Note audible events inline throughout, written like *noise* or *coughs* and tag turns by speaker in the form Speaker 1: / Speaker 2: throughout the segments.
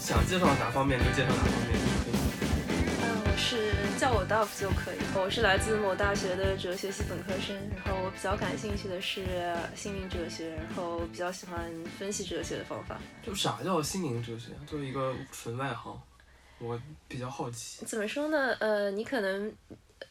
Speaker 1: 想介绍哪方面就介绍哪方面。
Speaker 2: 嗯，我是叫我 Duff 就可以。我是来自某大学的哲学系本科生，然后我比较感兴趣的是心灵哲学，然后比较喜欢分析哲学的方法。
Speaker 1: 就啥叫心灵哲学？就是一个纯外行，我比较好奇。
Speaker 2: 怎么说呢？呃，你可能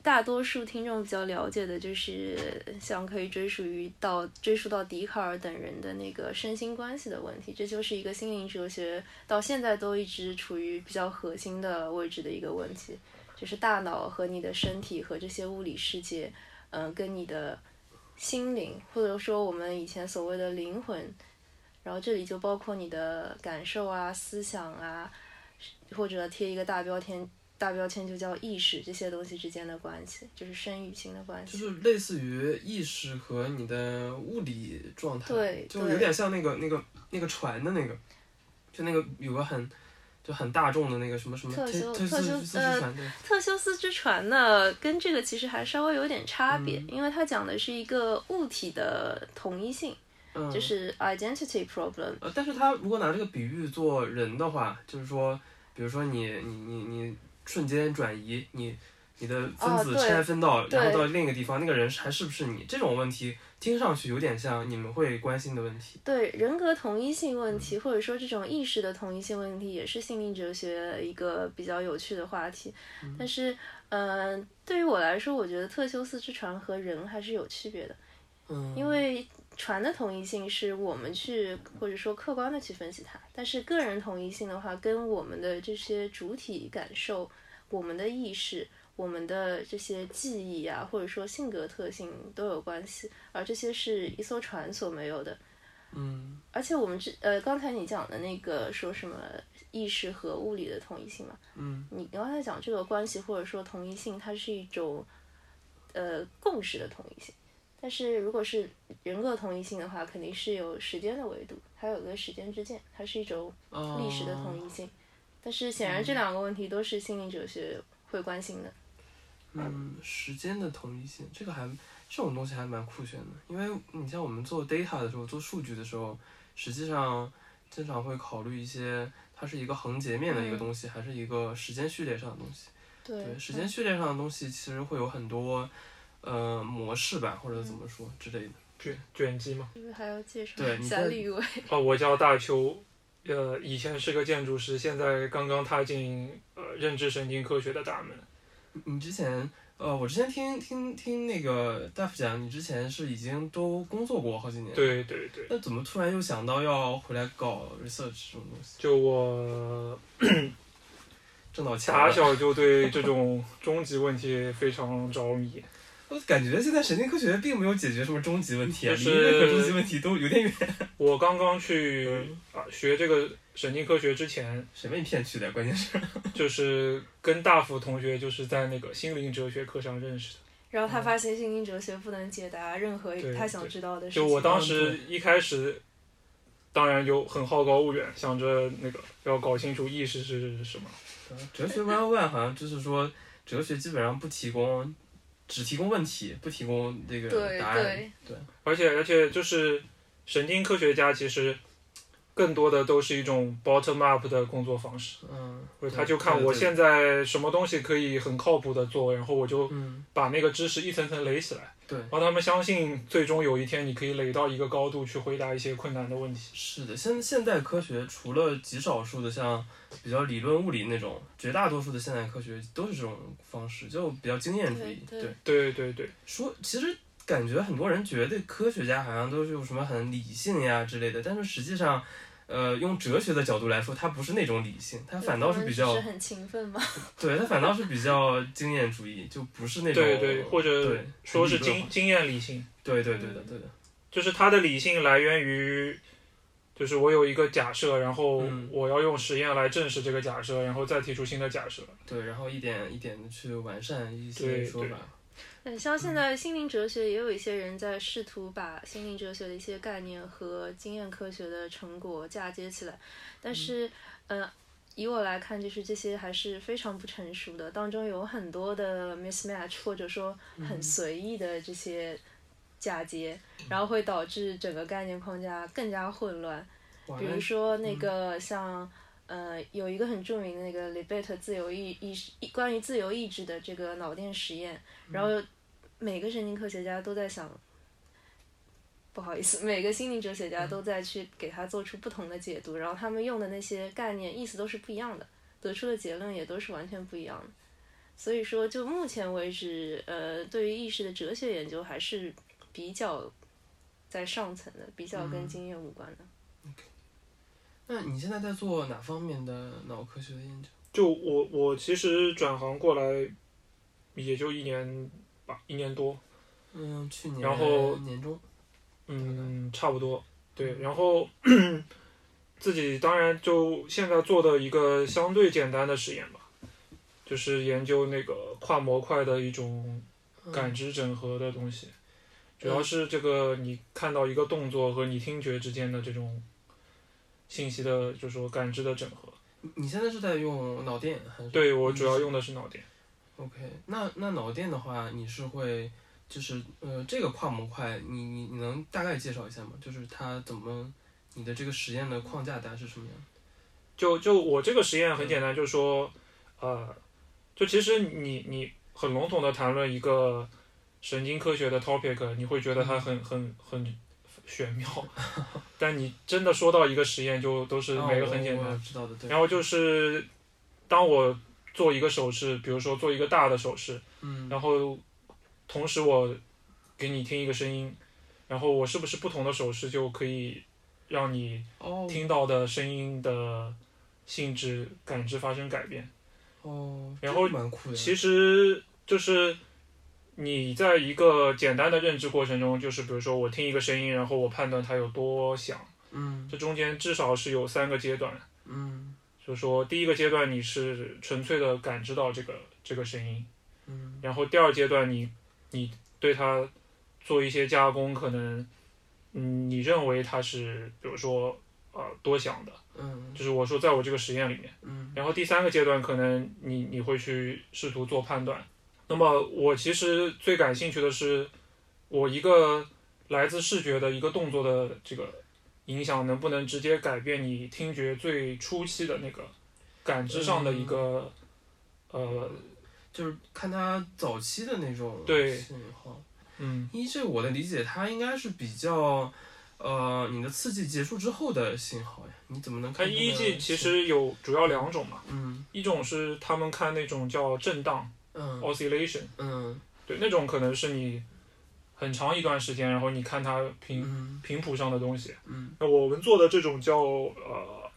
Speaker 2: 大多数听众比较了解的就是像可以追溯于到追溯到笛卡尔等人的那个身心关系的问题，这就是一个心灵哲学到现在都一直处于比较核心的位置的一个问题，就是大脑和你的身体和这些物理世界，嗯、跟你的心灵或者说我们以前所谓的灵魂，然后这里就包括你的感受啊、思想啊，或者贴一个大标签，大标签就叫意识这些东西之间的关系，就是身与心的关
Speaker 1: 就
Speaker 2: 系。
Speaker 1: 是类似于意识和你的物理状态，
Speaker 2: 对
Speaker 1: 就有
Speaker 2: 对
Speaker 1: 点像那个那个那个船的那个，就那个有个很就很大众的那个什么什么
Speaker 2: 特
Speaker 1: 推
Speaker 2: 修
Speaker 1: 推
Speaker 2: 特
Speaker 1: 斯
Speaker 2: 修
Speaker 1: 斯之
Speaker 2: 呃
Speaker 1: 船对，
Speaker 2: 特修斯之船呢，跟这个其实还稍微有点差别，
Speaker 1: 嗯
Speaker 2: 因为它讲的是一个物体的统一性，
Speaker 1: 嗯，
Speaker 2: 就是 identity problem。
Speaker 1: 呃，但是他如果拿这个比喻做人的话，就是说，比如说你你你你瞬间转移你。你的分
Speaker 2: 哦
Speaker 1: 子
Speaker 2: 对
Speaker 1: 拆分到，
Speaker 2: 对
Speaker 1: 然后到另一个地方，那个人还是不是你？这种问题听上去有点像你们会关心的问题。
Speaker 2: 对人格同一性问题，或者说这种意识的同一性问题，也是心灵哲学一个比较有趣的话题。但是，嗯、对于我来说，我觉得特修斯之船和人还是有区别的，
Speaker 1: 嗯，
Speaker 2: 因为船的同一性是我们去或者说客观的去分析它，但是个人同一性的话，跟我们的这些主体感受、我们的意识、我们的这些记忆啊，或者说性格特性都有关系，而这些是一艘船所没有的。
Speaker 1: 嗯，
Speaker 2: 而且我们之呃，刚才你讲的那个说什么意识和物理的同一性嘛，
Speaker 1: 嗯，
Speaker 2: 你你刚才讲这个关系或者说同一性，它是一种呃共识的同一性。但是如果是人格同一性的话，肯定是有时间的维度，还有个时间之间，它是一种
Speaker 1: 哦
Speaker 2: 历史的同一性。但是显然这两个问题都是心灵哲学会关心的。
Speaker 1: 嗯，时间的同一性，这个还这种东西还蛮酷炫的，因为你像我们做 data 的时候，做数据的时候，实际上经常会考虑一些它是一个横截面的一个
Speaker 2: 嗯
Speaker 1: 东西，还是一个时间序列上的东西。
Speaker 2: 对
Speaker 1: 对，时间序列上的东西其实会有很多呃模式吧，或者怎
Speaker 2: 嗯
Speaker 1: 么说之类的。
Speaker 3: 卷卷积嘛。
Speaker 2: 是不是还要介绍
Speaker 1: 对
Speaker 2: 一
Speaker 1: 你
Speaker 2: 下
Speaker 1: 在
Speaker 2: 立伟？
Speaker 3: *laughs* 哦，我叫大邱，呃，以前是个建筑师，现在刚刚踏进呃认知神经科学的大门。
Speaker 1: 你你之前呃，我之前听听听那个大夫讲，你之前是已经都工作过好几年。。
Speaker 3: 对对对，
Speaker 1: 那怎么突然又想到要回来搞 research 这种东西？
Speaker 3: 就我
Speaker 1: 挣到钱
Speaker 3: 打
Speaker 1: 了。
Speaker 3: 小就对这种终极问题非常着迷。
Speaker 1: 我感觉现在神经科学并没有解决什么终极问题啊，
Speaker 3: 就
Speaker 1: 离
Speaker 3: 是
Speaker 1: 任何终极问题都有点远。
Speaker 3: 我刚刚去啊学这个神经科学之前，
Speaker 1: 谁被你骗去的？关键是，
Speaker 3: 就是跟大福同学就是在那个心灵哲学课上认识的。
Speaker 2: 然
Speaker 1: 嗯
Speaker 2: 后他发现心灵哲学不能解答任何
Speaker 3: 对
Speaker 2: 他想知道的事情。
Speaker 3: 就我当时一开始，当然有很好高骛远，想着那个要搞清楚意识是什么。
Speaker 1: 哲学 One One 好像就是说，哲学基本上不提供，只提供问题，不提供这个
Speaker 2: 对
Speaker 1: 答案。
Speaker 2: 对，
Speaker 3: 而且而且就是神经科学家其实更多的都是一种 bottom up 的工作方式，
Speaker 1: 嗯，
Speaker 3: 就是
Speaker 1: 对
Speaker 3: 他就看我，现在什么东西可以很靠谱的做，然后我
Speaker 1: 对
Speaker 3: 就
Speaker 1: 对嗯，
Speaker 3: 把那个知识一层层垒起来，
Speaker 1: 对
Speaker 3: 让他们相信最终有一天你可以垒到一个高度去回答一些困难的问题。
Speaker 1: 是的。现现代科学除了极少数的像比较理论物理那种，绝大多数的现代科学都是这种方式，就比较经验主义。
Speaker 2: 对对
Speaker 3: 对对对，
Speaker 1: 说其实感觉很多人觉得科学家好像都是有什么很理性呀之类的，但是实际上，呃，用哲学的角度来说，它不是那种理性，它反倒是比较
Speaker 2: 是很勤奋嘛。
Speaker 1: 对，它反倒是比较经验主义，就不是那种
Speaker 3: 对对或者
Speaker 1: 对
Speaker 3: 说是
Speaker 1: 很理论
Speaker 3: 经
Speaker 1: 化
Speaker 3: 经验理性，
Speaker 1: 对对对的对的，
Speaker 3: 就是它的理性来源于。就是我有一个假设，然后
Speaker 1: 嗯
Speaker 3: 我要用实验来证实这个假设，然后再提出新的假设。
Speaker 1: 对，然后一点一点的去完善一些
Speaker 3: 对
Speaker 1: 说
Speaker 3: 对
Speaker 1: 法，
Speaker 2: 嗯，像现在心灵哲学也有一些人在试图把心灵哲学的一些概念和经验科学的成果嫁接起来，但是，呃，以我来看，就是这些还是非常不成熟的，当中有很多的 mismatch，或者说很随意的这些嫁接，然后会导致整个概念框架更加混乱。
Speaker 1: 哇，
Speaker 2: 比
Speaker 1: 那
Speaker 2: 如说那个像、呃，有一个很著名的那个 Libet 自由意意识意关于自由意志的这个脑电实验，然后每个神经科学家都在想，不好意思，每个心灵哲学家都在去给它做出不同的解读，然后他们用的那些概念意思都是不一样的，得出的结论也都是完全不一样的。所以说，就目前为止，呃，对于意识的哲学研究还是比较在上层的，比较跟
Speaker 1: 嗯
Speaker 2: 经验无关的。
Speaker 1: 那你现在在做哪方面的脑科学的研究？
Speaker 3: 就我我其实转行过来也就一年吧，一年多，
Speaker 1: 嗯，去年
Speaker 3: 然后
Speaker 1: 年中，
Speaker 3: 嗯，差不多，对。然后 *clears throat* 自己当然就现在做的一个相对简单的实验吧，就是研究那个跨模块的一种
Speaker 1: 嗯
Speaker 3: 感知整合的东西，主要是这个你看到一个动作和你听觉之间的这种信息的，就是说感知的整合。
Speaker 1: 你你现在是在用脑电还是？嗯
Speaker 3: 对我主要用的是脑电。
Speaker 1: OK，那那脑电的话，你是会就是呃，这个跨模块，你你你能大概介绍一下吗？就是它怎么你的这个实验的框架大概是什么样？
Speaker 3: 就就我这个实验
Speaker 1: 嗯
Speaker 3: 很简单，就是说，呃，就其实你你很笼统的谈论一个神经科学的 topic，你会觉得
Speaker 1: 嗯
Speaker 3: 它很很很玄妙， *laughs* 但你真的说到一个实验，就都是
Speaker 1: 哦
Speaker 3: 每个
Speaker 1: 我
Speaker 3: 很简
Speaker 1: 我
Speaker 3: 单。
Speaker 1: 知道的，对。
Speaker 3: 然后就是，当我做一个手势，比如说做一个大的手势，
Speaker 1: 嗯
Speaker 3: 然后同时我给你听一个声音，然后我是不是不同的手势就可以让你
Speaker 1: 哦
Speaker 3: 听到的声音的性质感知发生改变。
Speaker 1: 哦，
Speaker 3: 然后
Speaker 1: 这蛮酷的。
Speaker 3: 其实就是你在一个简单的认知过程中，就是比如说我听一个声音，然后我判断它有多响，
Speaker 1: 嗯
Speaker 3: 这中间至少是有三个阶段。
Speaker 1: 嗯
Speaker 3: 就是说，第一个阶段你是纯粹的感知到这个这个声音，
Speaker 1: 嗯
Speaker 3: 然后第二阶段你你对它做一些加工，可能嗯你认为它是比如说呃多响的，
Speaker 1: 嗯
Speaker 3: 就是我说在我这个实验里面。
Speaker 1: 嗯
Speaker 3: 然后第三个阶段，可能你你会去试图做判断。那么我其实最感兴趣的是，我一个来自视觉的一个动作的这个影响，能不能直接改变你听觉最初期的那个感知上的一个、呃
Speaker 1: 就是看它早期的那种
Speaker 3: 对
Speaker 1: 信号。
Speaker 3: 嗯
Speaker 1: 依这我的理解，它应该是比较，呃，你的刺激结束之后的信号呀，你怎么能
Speaker 3: 它
Speaker 1: 看它的
Speaker 3: 一季其
Speaker 1: 信，
Speaker 3: 实有主要两种嘛，
Speaker 1: 嗯
Speaker 3: 一种是他们看那种叫震荡哦
Speaker 1: 嗯
Speaker 3: （oscillation），
Speaker 1: 嗯
Speaker 3: 对，那种可能是你很长一段时间，然后你看它频
Speaker 1: 嗯
Speaker 3: 频谱上的东西。
Speaker 1: 嗯，
Speaker 3: 那呃我们做的这种叫呃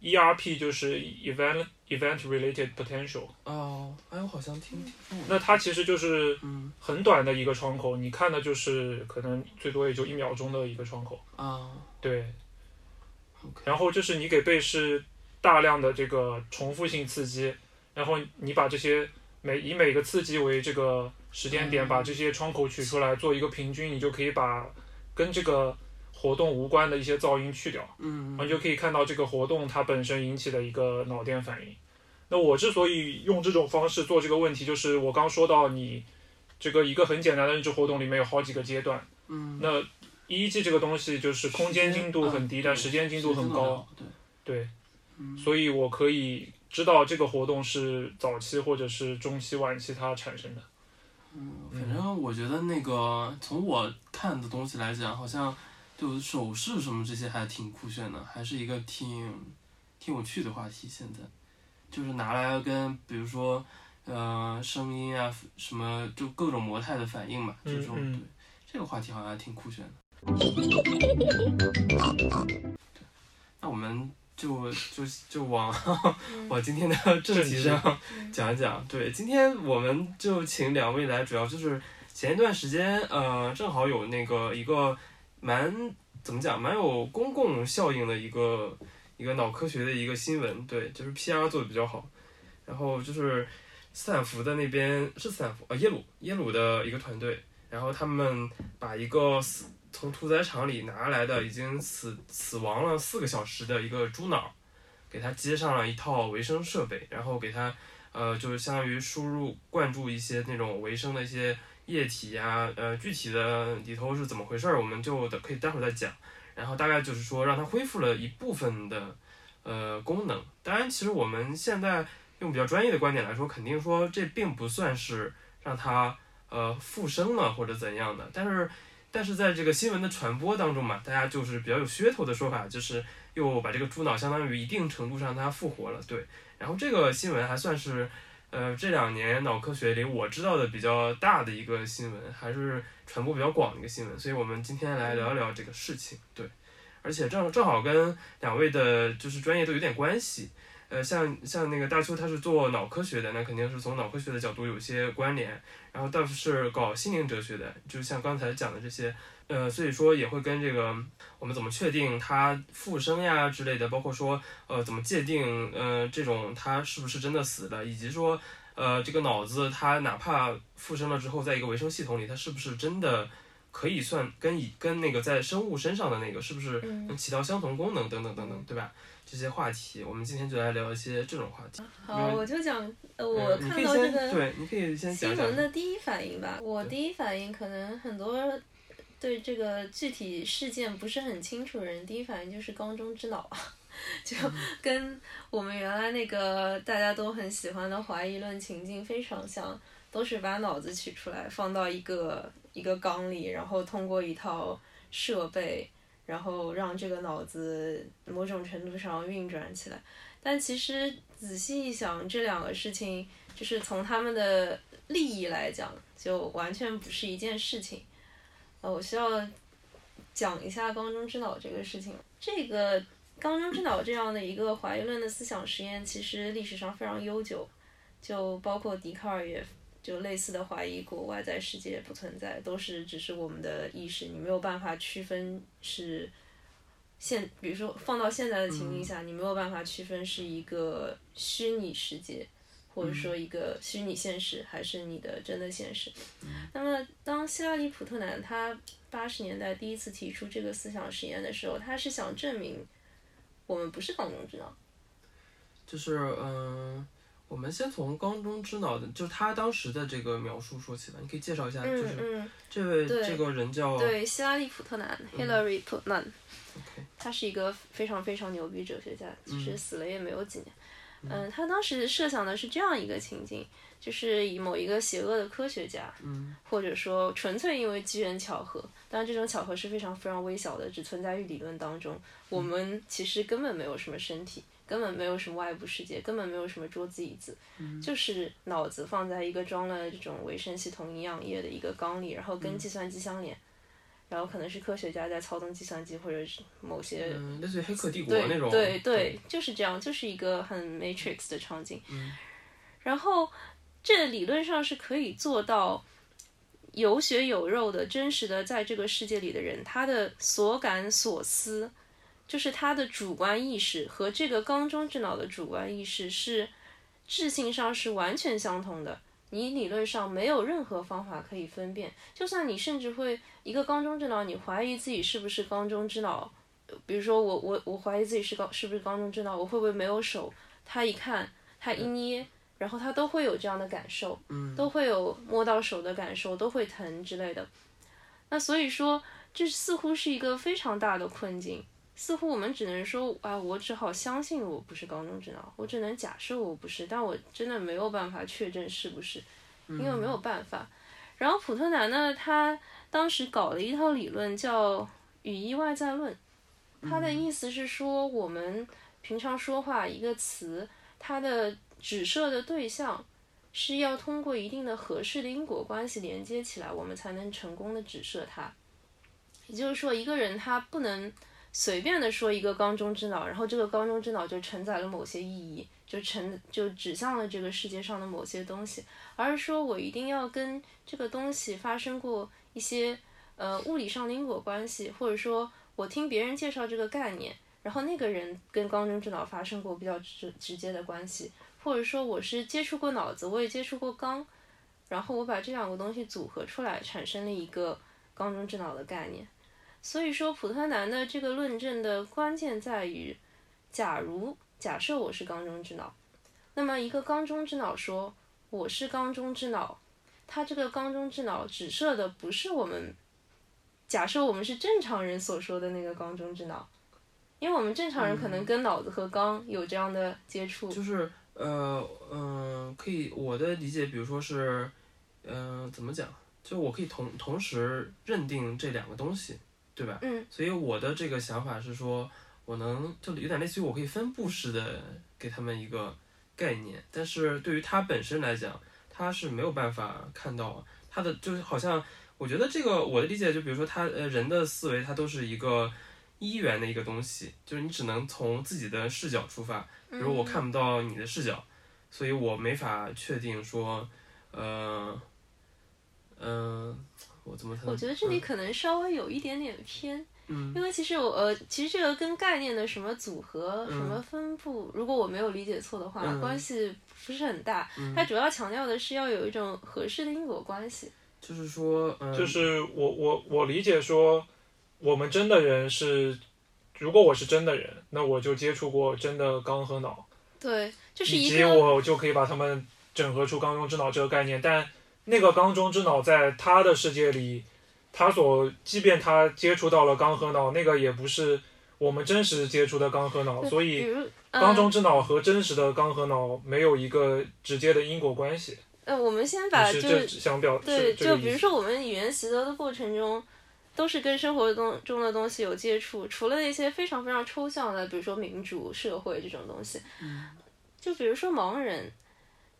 Speaker 3: ERP，就是 event event related potential。
Speaker 1: 哦，哎，我好像听听说过，
Speaker 3: 那它其实就是
Speaker 1: 嗯
Speaker 3: 很短的一个窗口，你看的就是可能最多也就一秒钟的一个窗口。
Speaker 1: 啊
Speaker 3: 对，
Speaker 1: ，OK，
Speaker 3: 然后就是你给贝氏大量的这个重复性刺激，然后你把这些每以每个刺激为这个时间点，
Speaker 1: 嗯
Speaker 3: 把这些窗口取出来做一个平均，你就可以把跟这个活动无关的一些噪音去掉。
Speaker 1: 嗯，
Speaker 3: 然后你就可以看到这个活动它本身引起的一个脑电反应。那我之所以用这种方式做这个问题，就是我刚说到你这个一个很简单的认知活动里面有好几个阶段，
Speaker 1: 嗯，
Speaker 3: 那一 G 这个东西就是空间精度很
Speaker 1: 嗯
Speaker 3: 低，但时间精度很高，，
Speaker 1: 对，
Speaker 3: 对，
Speaker 1: 嗯，
Speaker 3: 所以我可以知道这个活动是早期或者是中期、晚期它产生的。嗯
Speaker 1: 反正我觉得那个从我看的东西来讲，好像就手势什么这些还挺酷炫的，还是一个挺挺有趣的话题。现在就是拿来跟比如说呃声音啊什么就各种模态的反应嘛，就
Speaker 3: 嗯
Speaker 1: 这种、
Speaker 3: 嗯
Speaker 1: 对这个话题好像还挺酷炫的。那我们就就就往 *laughs*
Speaker 2: 嗯
Speaker 1: 往今天的 *laughs* 正题上讲一讲。对，今天我们就请两位来，主要就是前一段时间，呃，正好有那个一个蛮怎么讲，蛮有公共效应的一个一个脑科学的一个新闻，对，就是 PR 做的比较好，然后就是斯坦福的那边是斯坦福啊、耶鲁耶鲁的一个团队，然后他们把一个死从屠宰场里拿来的已经死死亡了四个小时的一个猪脑，给它接上了一套维生设备，然后给它呃就是相当于输入灌注一些那种维生的一些液体呀、呃具体的里头是怎么回事儿，我们就的可以待会儿再讲。然后大概就是说让它恢复了一部分的呃功能。当然，其实我们现在用比较专业的观点来说，肯定说这并不算是让它呃复生了或者怎样的。但是，但是在这个新闻的传播当中嘛，大家就是比较有噱头的说法，就是又把这个猪脑相当于一定程度上它复活了，对。然后这个新闻还算是。呃，这两年脑科学里我知道的比较大的一个新闻，还是传播比较广的一个新闻，所以我们今天来聊一聊这个事情。对，而且正正好跟两位的就是专业都有点关系。呃，像像那个大邱他是做脑科学的，那肯定是从脑科学的角度有些关联。然后大夫是搞心灵哲学的，就像刚才讲的这些，呃，所以说也会跟这个我们怎么确定它复生呀之类的，包括说呃怎么界定呃这种它是不是真的死了，以及说呃这个脑子它哪怕复生了之后，在一个维生系统里，它是不是真的可以算跟以跟那个在生物身上的那个是不是
Speaker 2: 嗯
Speaker 1: 能起到相同功能等等等等，对吧？这些话题，我们今天就来聊一些这种话题。
Speaker 2: 好，
Speaker 1: 嗯
Speaker 2: 我就讲，呃，
Speaker 1: 嗯
Speaker 2: 我
Speaker 1: 你可
Speaker 2: 看
Speaker 1: 以
Speaker 2: 到这
Speaker 1: 先
Speaker 2: 个
Speaker 1: 对，你可以先讲
Speaker 2: 新
Speaker 1: 讲
Speaker 2: 闻。的第一反应吧，我第一反应可能很多对这个具体事件不是很清楚的人，第一反应就是缸中之脑啊，就
Speaker 1: 嗯
Speaker 2: *laughs* 跟我们原来那个大家都很喜欢的怀疑论情境非常像，都是把脑子取出来放到一个一个缸里，然后通过一套设备，然后让这个脑子某种程度上运转起来。但其实仔细一想，这两个事情就是从他们的利益来讲，就完全不是一件事情。呃，我需要讲一下缸中之脑这个事情。这个缸中之脑这样的一个怀疑论的思想实验，其实历史上非常悠久，就包括笛卡尔也就类似的怀疑过外在世界不存在，都是只是我们的意识，你没有办法区分是。现，比如说放到现在的情境下，你没有办法区分是一个虚拟世界，或
Speaker 1: 嗯
Speaker 2: 者说一个虚拟现实，还是你的真的现实。
Speaker 1: 嗯
Speaker 2: 那么，当希拉里·普特南他八十年代第一次提出这个思想实验的时候，他是想证明我们不是缸中之脑。
Speaker 1: 就是嗯、呃我们先从缸中之脑的，就是他当时的这个描述说起吧。你可以介绍一下，就
Speaker 2: 嗯
Speaker 1: 是
Speaker 2: 嗯，
Speaker 1: 这位
Speaker 2: 对
Speaker 1: 这个人叫
Speaker 2: 对，希拉里·普特南 （Hillary Putnam），
Speaker 1: 嗯 OK
Speaker 2: 他是一个非常非常牛逼哲学家，就
Speaker 1: 嗯
Speaker 2: 是死了也没有几年。嗯，他当时设想的是这样一个情境，就是以某一个邪恶的科学家，
Speaker 1: 嗯
Speaker 2: 或者说纯粹因为机缘巧合，当然这种巧合是非常非常微小的，只存在于理论当中。我们其实根本没有什么身体，根本没有什么外部世界，根本没有什么桌子椅子，就是脑子放在一个装了这种维生系统营养液的一个缸里，然后跟计算机相连，然后可能是科学家在操纵计算机或者是某些
Speaker 1: 嗯、类似于黑客帝国
Speaker 2: 对
Speaker 1: 那种
Speaker 2: 对对，就是这样，就是一个很 Matrix 的场景。
Speaker 1: 嗯
Speaker 2: 然后这理论上是可以做到有血有肉的、真实的在这个世界里的人，他的所感所思，就是他的主观意识和这个缸中之脑的主观意识是质性上是完全相同的。你理论上没有任何方法可以分辨，就算你甚至会一个缸中之脑，你怀疑自己是不是缸中之脑，比如说我我我怀疑自己是高是不是高中之脑，我会不会没有手？他一看，他一捏，然后他都会有这样的感受，
Speaker 1: 嗯
Speaker 2: 都会有摸到手的感受，都会疼之类的。那所以说，这似乎是一个非常大的困境。似乎我们只能说啊，我只好相信我不是高中之脑，我只能假设我不是，但我真的没有办法确证是不是，因为没有办法。然后普特南呢，他当时搞了一套理论叫语义外在论，他的意思是说，我们平常说话一个词，它的指涉的对象是要通过一定的合适的因果关系连接起来，我们才能成功的指涉它。也就是说，一个人他不能随便的说一个缸中之脑，然后这个缸中之脑就承载了某些意义，就承就指向了这个世界上的某些东西，而是说我一定要跟这个东西发生过一些呃物理上的因果关系，或者说我听别人介绍这个概念，然后那个人跟缸中之脑发生过比较直直接的关系，或者说我是接触过脑子，我也接触过缸，然后我把这两个东西组合出来，产生了一个缸中之脑的概念。所以说，普特南的这个论证的关键在于，假如假设我是缸中之脑，那么一个缸中之脑说我是缸中之脑，它这个缸中之脑指涉的不是我们假设我们是正常人所说的那个缸中之脑，因为我们正常人可能跟脑子和肛有这样的接触，
Speaker 1: 就是呃嗯、呃可以我的理解，比如说是，嗯、怎么讲？就我可以同同时认定这两个东西，对吧？
Speaker 2: 嗯，
Speaker 1: 所以我的这个想法是说，我能就有点类似于我可以分布式的给他们一个概念，但是对于它本身来讲，它是没有办法看到它的，就是好像我觉得这个我的理解，就比如说他呃人的思维，它都是一个一元的一个东西，就是你只能从自己的视角出发，比
Speaker 2: 嗯
Speaker 1: 如我看不到你的视角，所以我没法确定说，呃，嗯、我怎么才能？
Speaker 2: 我觉得这里可能稍微有一点点偏，
Speaker 1: 嗯
Speaker 2: 因为其实我呃，其实这个跟概念的什么组合、
Speaker 1: 嗯
Speaker 2: 什么分布，如果我没有理解错的话，
Speaker 1: 嗯
Speaker 2: 关系不是很大。
Speaker 1: 嗯
Speaker 2: 它主要强调的是要有一种合适的因果关系。
Speaker 1: 就是说，嗯、
Speaker 3: 就是我我我理解说，我们真的人是，如果我是真的人，那我就接触过真的刚和脑，
Speaker 2: 对，就是
Speaker 3: 以
Speaker 2: 一
Speaker 3: 及
Speaker 2: 个
Speaker 3: 我就可以把它们整合出“缸中之脑”这个概念。但那个“缸中之脑”在他的世界里，他所即便他接触到了缸和脑，那个也不是我们真实接触的缸和脑，所
Speaker 2: 比
Speaker 3: 以
Speaker 2: 如
Speaker 3: “缸
Speaker 2: 嗯
Speaker 3: 中之脑”和真实的缸和脑没有一个直接的因果关系。
Speaker 2: 呃，我们先把
Speaker 3: 你
Speaker 2: 就是
Speaker 3: 这想表
Speaker 2: 对，
Speaker 3: 是这个
Speaker 2: 就
Speaker 3: 意
Speaker 2: 比如
Speaker 3: 思
Speaker 2: 说我们语言习得的过程中，都是跟生活中中的东西有接触，除了一些非常非常抽象的，比如说民主、社会这种东西，
Speaker 3: 嗯
Speaker 2: 就比如说盲人，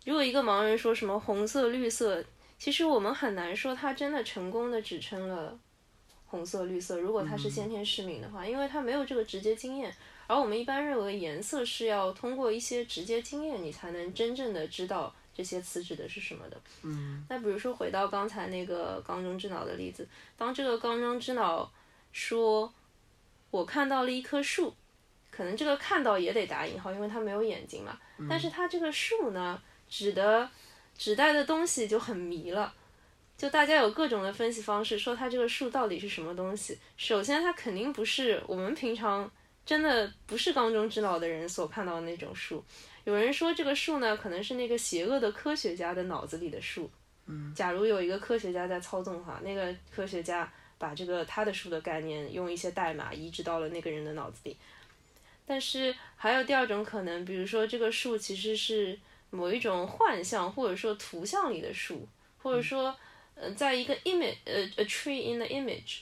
Speaker 2: 如果一个盲人说什么红色、绿色，其实我们很难说他真的成功的指称了红色、绿色。如果他是
Speaker 3: 嗯
Speaker 2: 先天失明的话，因为他没有这个直接经验。而我们一般认为颜色是要通过一些直接经验，你才能真正的知道这些词指的是什么的。那比如说回到刚才那个缸中之脑的例子，当这个缸中之脑说“我看到了一棵树”，可能这个“看到”也得打引号，因为它没有眼睛嘛。但是它这个树呢，指的指代的东西就很迷了。就大家有各种的分析方式，说它这个树到底是什么东西。首先，它肯定不是我们平常真的不是缸中之脑的人所看到的那种树。有人说这个树呢，可能是那个邪恶的科学家的脑子里的树，假如有一个科学家在操纵哈，那个科学家把这个他的书的概念用一些代码移植到了那个人的脑子里。但是还有第二种可能，比如说这个树其实是某一种幻象或者说图像里的树，或者说呃，在一个 image 呃 a tree in the image。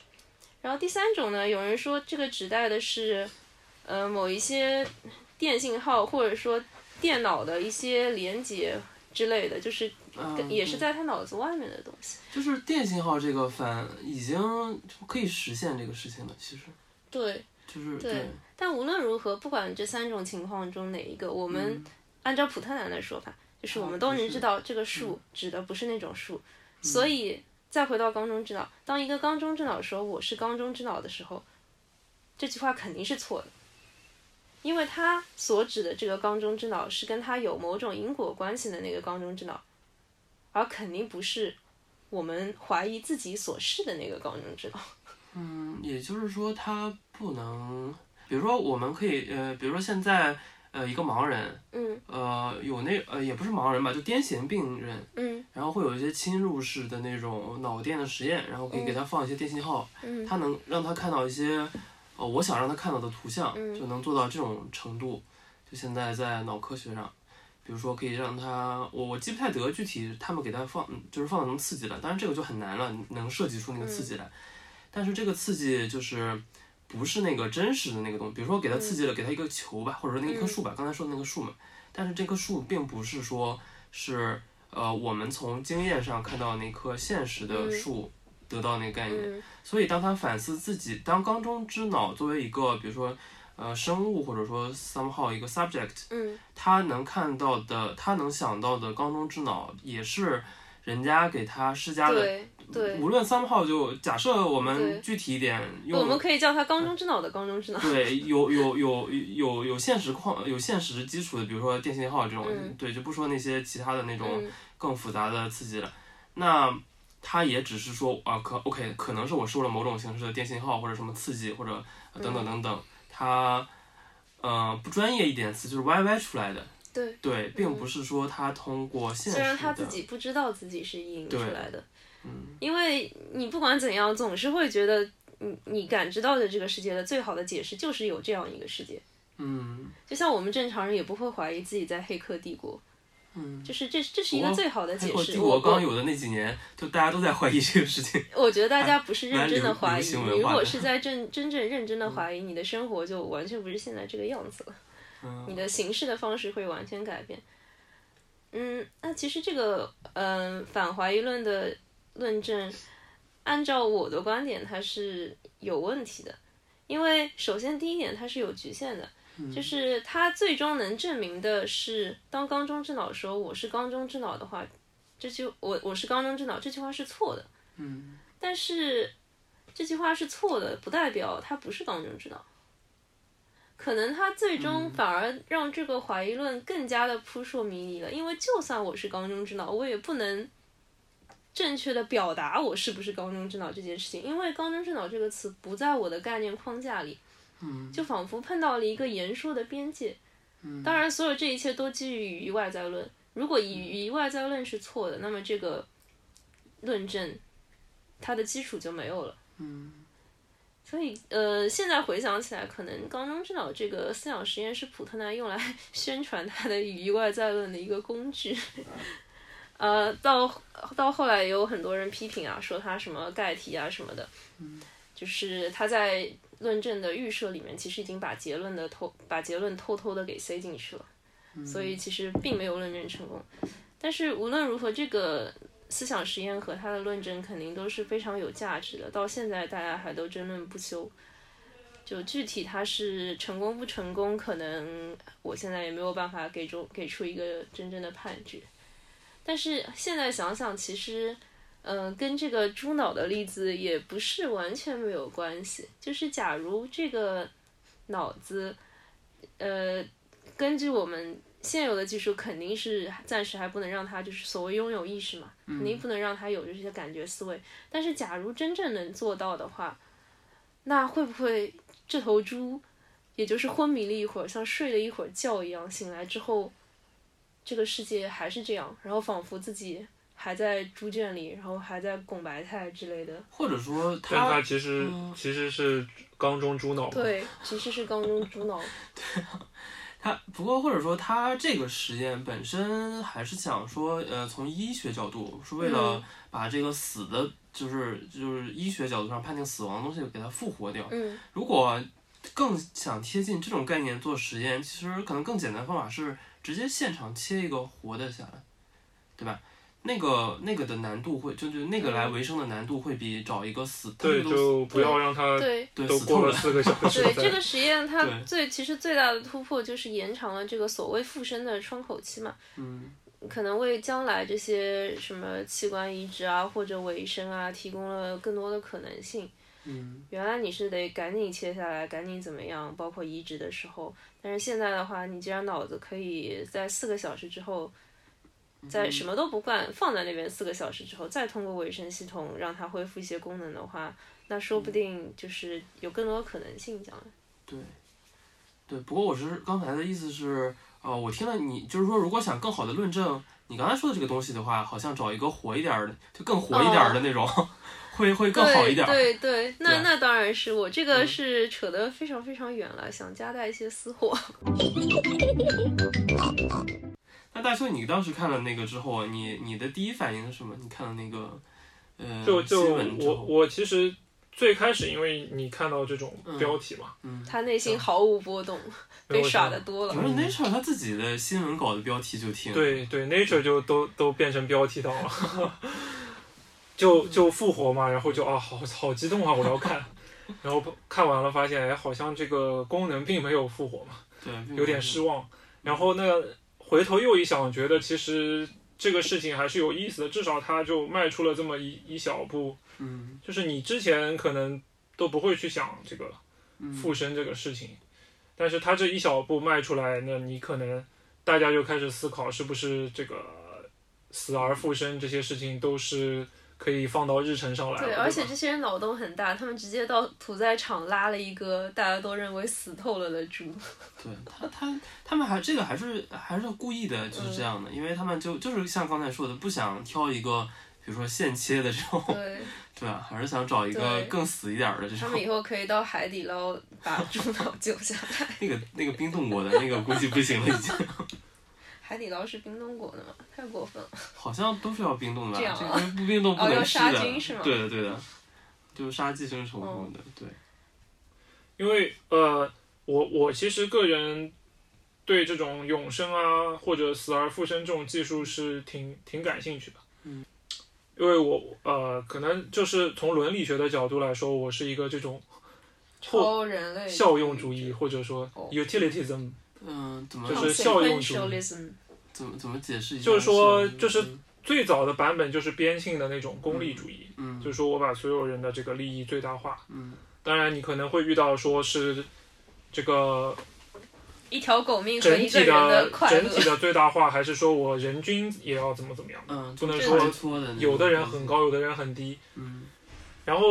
Speaker 2: 然后第三种呢，有人说这个指代的是呃某一些电信号或者说电脑的一些连接之类的，就是跟
Speaker 1: 嗯
Speaker 2: 也是
Speaker 1: 对
Speaker 2: 在他脑子外面的东西。
Speaker 1: 就是电信号这个反已经可以实现这个事情了，其实
Speaker 2: 对，
Speaker 1: 就是
Speaker 2: 对但无论如何，不管这三种情况中哪一个，我们按照普特南的说法，嗯哦就是嗯我们都能知道这个树指的不是那种树，所以再回到缸中之脑，当一个缸中之脑说我是缸中之脑的时候，这句话肯定是错的。因为他所指的这个缸中之脑是跟他有某种因果关系的那个缸中之脑，而肯定不是我们怀疑自己所是的那个缸中之脑。
Speaker 1: 嗯，也就是说，他不能，比如说，我们可以，呃，比如说现在，呃，一个盲人，
Speaker 2: 嗯
Speaker 1: 呃，有那，呃，也不是盲人吧，就癫痫病人，
Speaker 2: 嗯
Speaker 1: 然后会有一些侵入式的那种脑电的实验，然后可以给他放一些电信号，
Speaker 2: 嗯
Speaker 1: 他能让他看到一些，呃，我想让他看到的图像，
Speaker 2: 嗯
Speaker 1: 就能做到这种程度。就现在在脑科学上，比如说可以让他，我我记不太得具体他们给他放，就是放了什么刺激了，当然这个就很难了，能设计出那个刺
Speaker 2: 嗯
Speaker 1: 激来。但是这个刺激就是不是那个真实的那个东西，比如说给他刺
Speaker 2: 嗯
Speaker 1: 激了，给他一个球吧，或者说那个一棵树吧，刚才说的那个树嘛，但是这棵树并不是说是呃我们从经验上看到那棵现实的
Speaker 2: 嗯
Speaker 1: 树得到那个概念。
Speaker 2: 嗯
Speaker 1: 所以，当他反思自己，当缸中之脑作为一个，比如说，呃，生物或者说 somehow 一个 subject，
Speaker 2: 嗯
Speaker 1: 他能看到的，他能想到的缸中之脑，也是人家给他施加的。
Speaker 2: 对对。
Speaker 1: 无论 somehow 就假设我
Speaker 2: 对
Speaker 1: 们具体一点用，
Speaker 2: 我们可以叫它缸中之脑的缸中之脑。
Speaker 1: 对，有有有有有现实框，有现实基础的，比如说电信号这种，
Speaker 2: 嗯
Speaker 1: 对，就不说那些其他的那种。
Speaker 2: 嗯
Speaker 1: 更复杂的刺激了。那他也只是说啊，可 OK，可能是我受了某种形式的电信号或者什么刺激，或者呃等等等等，他呃不专业一点词就是 YY 出来的。
Speaker 2: 对
Speaker 1: 对，并不是说他通过现实
Speaker 2: 虽
Speaker 1: 的，
Speaker 2: 然他自己不知道自己是意淫出来的，
Speaker 1: 嗯
Speaker 2: 因为你不管怎样，总是会觉得你你感知到的这个世界的最好的解释就是有这样一个世界。
Speaker 1: 嗯
Speaker 2: 就像我们正常人也不会怀疑自己在《黑客帝国》，
Speaker 1: 嗯。
Speaker 2: 就是这这是一
Speaker 1: *laughs*
Speaker 2: 个
Speaker 1: 我
Speaker 2: 最好的
Speaker 1: 黑
Speaker 2: 解
Speaker 1: 客帝
Speaker 2: 释。
Speaker 1: 国
Speaker 2: 我
Speaker 1: 刚有的那几年，就大家都在怀疑这个事情。
Speaker 2: 我觉得大家不是认真的
Speaker 1: 蛮流流
Speaker 2: 怀疑，你
Speaker 1: 行文
Speaker 2: 如
Speaker 1: 化的
Speaker 2: 果
Speaker 1: *laughs*
Speaker 2: 是在真真正认真的怀疑，你的生活就完全不是现在这个样子了。
Speaker 1: 嗯
Speaker 2: 你的行事的方式会完全改变。嗯，那其实这个嗯、呃反怀疑论的论证，按照我的观点，它是有问题的，因为首先第一点，它是有局限的，就是它最终能证明的是，当缸中之脑说我是缸中之脑的话，这句我我是缸中之脑这句话是错的，
Speaker 1: 嗯
Speaker 2: 但是这句话是错的，不代表他不是缸中之脑。可能他最
Speaker 1: 嗯
Speaker 2: 终反而让这个怀疑论更加的扑朔迷离了，因为就算我是缸中之脑，我也不能正确的表达我是不是缸中之脑这件事情，因为缸中之脑这个词不在我的概念框架里，
Speaker 1: 嗯
Speaker 2: 就仿佛碰到了一个言说的边界。
Speaker 1: 嗯
Speaker 2: 当然，所有这一切都基于语义外在论。如果
Speaker 1: 嗯
Speaker 2: 语义外在论是错的，那么这个论证它的基础就没有了。
Speaker 1: 嗯
Speaker 2: 所以，呃，现在回想起来，可能缸中之脑这个思想实验是普特纳用来 *laughs* 宣传他的语义外在论的一个工具。呃，到到后来有很多人批评啊，说他什么盖题啊什么的，就是他在论证的预设里面，其实已经把结论的偷把结论偷偷的给塞进去了，所以其实并没有论证成功。但是无论如何，这个思想实验和它的论证肯定都是非常有价值的，到现在大家还都争论不休。就具体它是成功不成功，可能我现在也没有办法给出给出一个真正的判决。但是现在想想，其实，呃，跟这个猪脑的例子也不是完全没有关系。就是假如这个脑子，呃，根据我们现有的技术，肯定是暂时还不能让它就是所谓拥有意识嘛，肯定不能让它有这些感觉思维。但是，假如真正能做到的话，那会不会这头猪，也就是昏迷了一会儿，像睡了一会儿觉一样，醒来之后，这个世界还是这样，然后仿佛自己还在猪圈里，然后还在拱白菜之类的。
Speaker 1: 或者说嗯
Speaker 3: 但
Speaker 1: 他
Speaker 3: 它其实、其实是缸中猪脑。，
Speaker 2: 对，其实是缸中猪脑。
Speaker 1: 他不过或者说他这个实验本身还是想说，呃，从医学角度是为了
Speaker 2: 嗯
Speaker 1: 把这个死的，就是就是医学角度上判定死亡的东西给它复活掉。
Speaker 2: 嗯
Speaker 1: 如果更想贴近这种概念做实验，其实可能更简单的方法是直接现场切一个活的下来，对吧？那个那个的难度会，就就那个来维生的难度会比找一个死，他
Speaker 3: 嗯对，
Speaker 1: 们都
Speaker 3: 就不要让它
Speaker 2: 对。
Speaker 1: 对
Speaker 3: 都
Speaker 1: 死
Speaker 3: 过
Speaker 1: 透
Speaker 3: 了
Speaker 1: 了，
Speaker 3: 四个小呃时
Speaker 2: *laughs* 对
Speaker 3: 再
Speaker 2: 这个实验，它
Speaker 1: 对
Speaker 2: 最其实最大的突破就是延长了这个所谓附身的窗口期嘛。
Speaker 1: 嗯
Speaker 2: 可能为将来这些什么器官移植啊或者维生啊提供了更多的可能性。
Speaker 1: 嗯
Speaker 2: 原来你是得赶紧切下来，赶紧怎么样，包括移植的时候。但是现在的话，你既然脑子可以在四个小时之后，在什么都不干放在那边四个小时之后，再通过维生系统让它恢复一些功能的话，那说
Speaker 1: 嗯
Speaker 2: 不定就是有更多可能性将来。
Speaker 1: 对，对。不过我是刚才的意思是，呃，我听了你就是说，如果想更好的论证你刚才说的这个东西的话，好像找一个活一点儿的，就更活一点儿的那种， *laughs* 会会更好一点儿。
Speaker 2: 嗯对对对，那
Speaker 1: 对
Speaker 2: 那当然是我这个
Speaker 1: 嗯
Speaker 2: 是扯得非常非常远了，想夹带一些私货。
Speaker 1: 那大秀，你当时看了那个之后啊，你你的第一反应是什么？你看了那个呃
Speaker 3: 就就
Speaker 1: 新闻之
Speaker 3: 我
Speaker 1: 后，
Speaker 3: 我其实最开始因为你看到这种标题嘛，
Speaker 1: 嗯，
Speaker 2: 他内心毫无波动，
Speaker 3: 然
Speaker 2: 被
Speaker 3: 后
Speaker 2: 耍
Speaker 3: 就
Speaker 2: 的多
Speaker 1: 主要
Speaker 2: 了。
Speaker 1: 是 Nature 他自己的新闻稿的标题就挺，
Speaker 3: 对对，Nature 就都都变成标题党了， *laughs* 就就复活嘛，然后就啊，好好激动啊，我
Speaker 2: *laughs*
Speaker 3: 要看，然后看完了发现，哎，好像这个功能并没有复活嘛，
Speaker 1: 对，并
Speaker 3: 有点
Speaker 1: 不
Speaker 3: 失望。然后那回头又一想，觉得其实这个事情还是有意思的，至少它就迈出了这么一一小步，
Speaker 1: 嗯
Speaker 3: 就是你之前可能都不会去想这个
Speaker 1: 嗯
Speaker 3: 附身这个事情，但是他这一小步迈出来，那你可能大家就开始思考，是不是这个死而复生这些事情都是可以放到日程上来了，
Speaker 2: 对，
Speaker 3: 对吧
Speaker 2: 而且这些人脑洞很大，他们直接到屠宰场拉了一个大家都认为死透了的
Speaker 3: *laughs*
Speaker 2: 猪。
Speaker 1: 对他他他们还这个还
Speaker 2: 嗯
Speaker 1: 是还是故意的，就是这样的，因为他们就就是像刚才说的，不想挑一个比如说现切的这种，
Speaker 2: 对，
Speaker 1: 对吧？还是想找一个
Speaker 2: 对
Speaker 1: 更死一点儿的这
Speaker 2: 他
Speaker 1: 种
Speaker 2: 们。以后可以到海底捞把猪脑救下来。 *laughs*
Speaker 1: 那个那个冰冻过的那个估计不行了，已经 *laughs*
Speaker 2: 海底捞是冰冻过的吗？太过分了。
Speaker 1: 好像都是要冰冻的，
Speaker 2: 这样啊
Speaker 1: 这个不冰冻不
Speaker 2: 哦要
Speaker 1: 能吃
Speaker 2: 杀
Speaker 1: 的。
Speaker 2: 菌是吗哦
Speaker 1: 对的对的，就是杀寄生虫什么的，对。
Speaker 3: 因为呃，我我其实个人对这种永生啊或者死而复生这种技术是挺挺感兴趣的。
Speaker 1: 嗯，
Speaker 3: 因为我呃，可能就是从伦理学的角度来说，我是一个这种
Speaker 2: 超人类
Speaker 3: 效用主义或者说
Speaker 2: 哦
Speaker 3: utilitism，
Speaker 1: 嗯、怎么
Speaker 3: 就是效用主义
Speaker 2: Consequentialism
Speaker 1: 怎么怎么解释一下？
Speaker 3: 就是说就是
Speaker 1: 嗯
Speaker 3: 最早的版本就是边性的那种功利主义，
Speaker 1: 嗯，
Speaker 3: 就是说我把所有人的这个利益最大化。
Speaker 1: 嗯，
Speaker 3: 当然你可能会遇到说是这个
Speaker 2: 一条狗命和
Speaker 3: 整
Speaker 2: 一
Speaker 3: 体
Speaker 2: 个人
Speaker 3: 的
Speaker 2: 快
Speaker 3: 整
Speaker 2: 乐。
Speaker 3: 体的最大化，还是说我人均也要怎么怎么样？
Speaker 1: 嗯，
Speaker 3: 不能
Speaker 1: 就是
Speaker 3: 说
Speaker 1: 穿梭的那种
Speaker 3: 有的人很，高，有的人很低。
Speaker 1: 嗯
Speaker 3: 然后，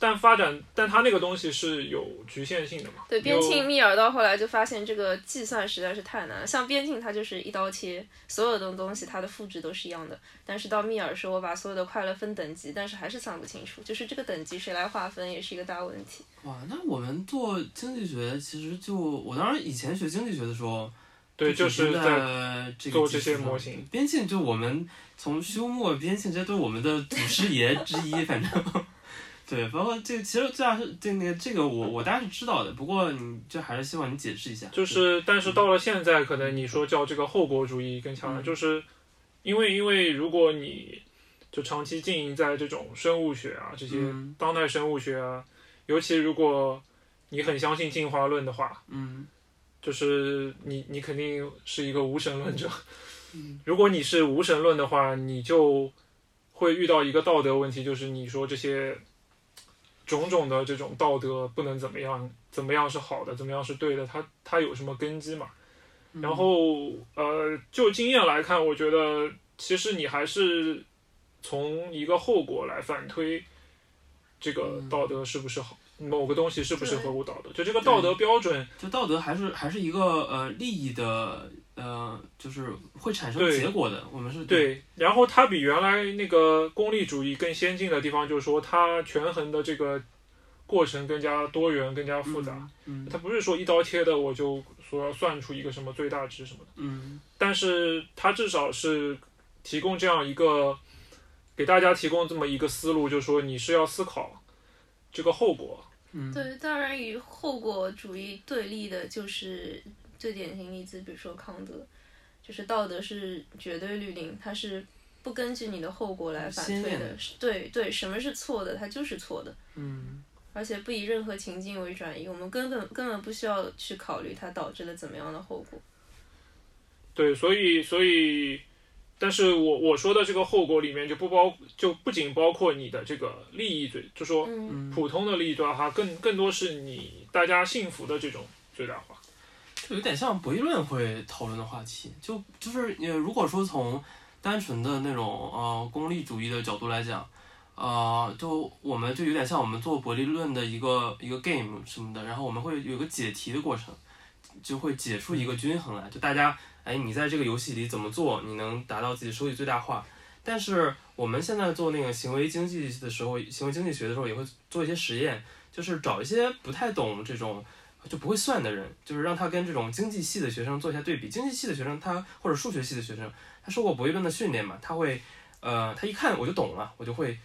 Speaker 3: 但发展，但它那个东西是有局限性的嘛？
Speaker 2: 对边
Speaker 3: 有
Speaker 2: 沁密尔到后来就发现这个计算实在是太难了，像边沁它就是一刀切，所有的东西它的赋值都是一样的，但是到密尔时候我把所有的快乐分等级，但是还是算不清楚，就是这个等级谁来划分也是一个大问题。
Speaker 1: 哇，那我们做经济学其实就我当时以前学经济学的时候，
Speaker 3: 对，就
Speaker 1: 只
Speaker 3: 是在
Speaker 1: 在这个
Speaker 3: 做
Speaker 1: 基
Speaker 3: 这些
Speaker 1: 础上
Speaker 3: 模型。
Speaker 1: 边沁就我们从休谟、边沁，这都是我们的祖师爷之一， *laughs* 反正。对，包括这个，其实最大是这那个这个我我大概是知道的，不过你这还是希望你解释一下。
Speaker 3: 就是，但是到了现在，可能你说叫这个后果主义更强了，
Speaker 1: 嗯
Speaker 3: 就是因为因为如果你就长期经营在这种生物学啊这些
Speaker 1: 嗯
Speaker 3: 当代生物学啊，尤其如果你很相信进化论的话，
Speaker 1: 嗯
Speaker 3: 就是你你肯定是一个无神论者。
Speaker 1: *laughs* 嗯
Speaker 3: 如果你是无神论的话，你就会遇到一个道德问题，就是你说这些种种的这种道德不能怎么样，怎么样是好的，怎么样是对的，它它有什么根基嘛？
Speaker 1: 嗯
Speaker 3: 然后呃，就经验来看，我觉得其实你还是从一个后果来反推这个
Speaker 1: 嗯
Speaker 3: 道德是不是好，某个东西是不是
Speaker 2: 对
Speaker 3: 合乎道德，就这个道德标准。
Speaker 1: 就道德还是还是一个呃利益的呃，就是会产生
Speaker 3: 对
Speaker 1: 结果的。我们是，嗯
Speaker 3: 对，然后它比原来那个功利主义更先进的地方，就是说它权衡的这个过程更加多元、更加复杂。
Speaker 1: 嗯
Speaker 3: 它不是说一刀切的，我就说要算出一个什么最大值什么的。
Speaker 1: 嗯
Speaker 3: 但是它至少是提供这样一个，给大家提供这么一个思路，就是说你是要思考这个后果。
Speaker 1: 嗯，
Speaker 2: 对，当然与后果主义对立的就是最典型例子，比如说康德，就是道德是绝对律令，它是不根据你的后果来反
Speaker 1: 先
Speaker 2: 推
Speaker 1: 验
Speaker 2: 的
Speaker 1: 的。
Speaker 2: 对对，什么是错的，它就是错的，
Speaker 1: 嗯
Speaker 2: 而且不以任何情境为转移，我们根本根本不需要去考虑它导致了怎么样的后果。
Speaker 3: 对，所以所以，但是我我说的这个后果里面就不包就不仅包括你的这个利益最，就说。
Speaker 2: 嗯，
Speaker 1: 嗯，
Speaker 3: 普通的利益最大化，更更多是你大家幸福的这种最大化。
Speaker 1: 就有点像博弈论会讨论的话题，就就是呃，如果说从单纯的那种呃功利主义的角度来讲，呃，就我们就有点像我们做博弈论的一个一个 game 什么的，然后我们会有一个解题的过程，就会解出一个均衡来，就大家哎，你在这个游戏里怎么做，你能达到自己收益最大化。但是我们现在做那个行为经济的时候，行为经济学的时候也会做一些实验，就是找一些不太懂这种就不会算的人，就是让他跟这种经济系的学生做一下对比。经济系的学生他或者数学系的学生，他受过博弈论的训练嘛，他会，呃，他一看我就懂了，我就会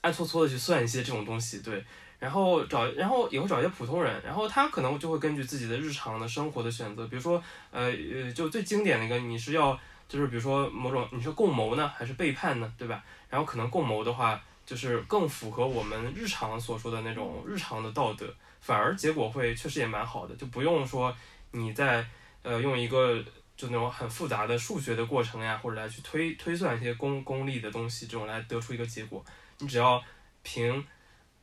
Speaker 1: 暗搓搓的去算一些这种东西，对。然后找，然后也会找一些普通人，然后他可能就会根据自己的日常的生活的选择，比如说，呃呃，就最经典的一个，你是要就是比如说某种你是共谋呢，还是背叛呢，对吧？然后可能共谋的话，就是更符合我们日常所说的那种日常的道德，反而结果会确实也蛮好的，就不用说你在呃用一个就那种很复杂的数学的过程呀，或者来去推推算一些功功利的东西，这种来得出一个结果。你只要凭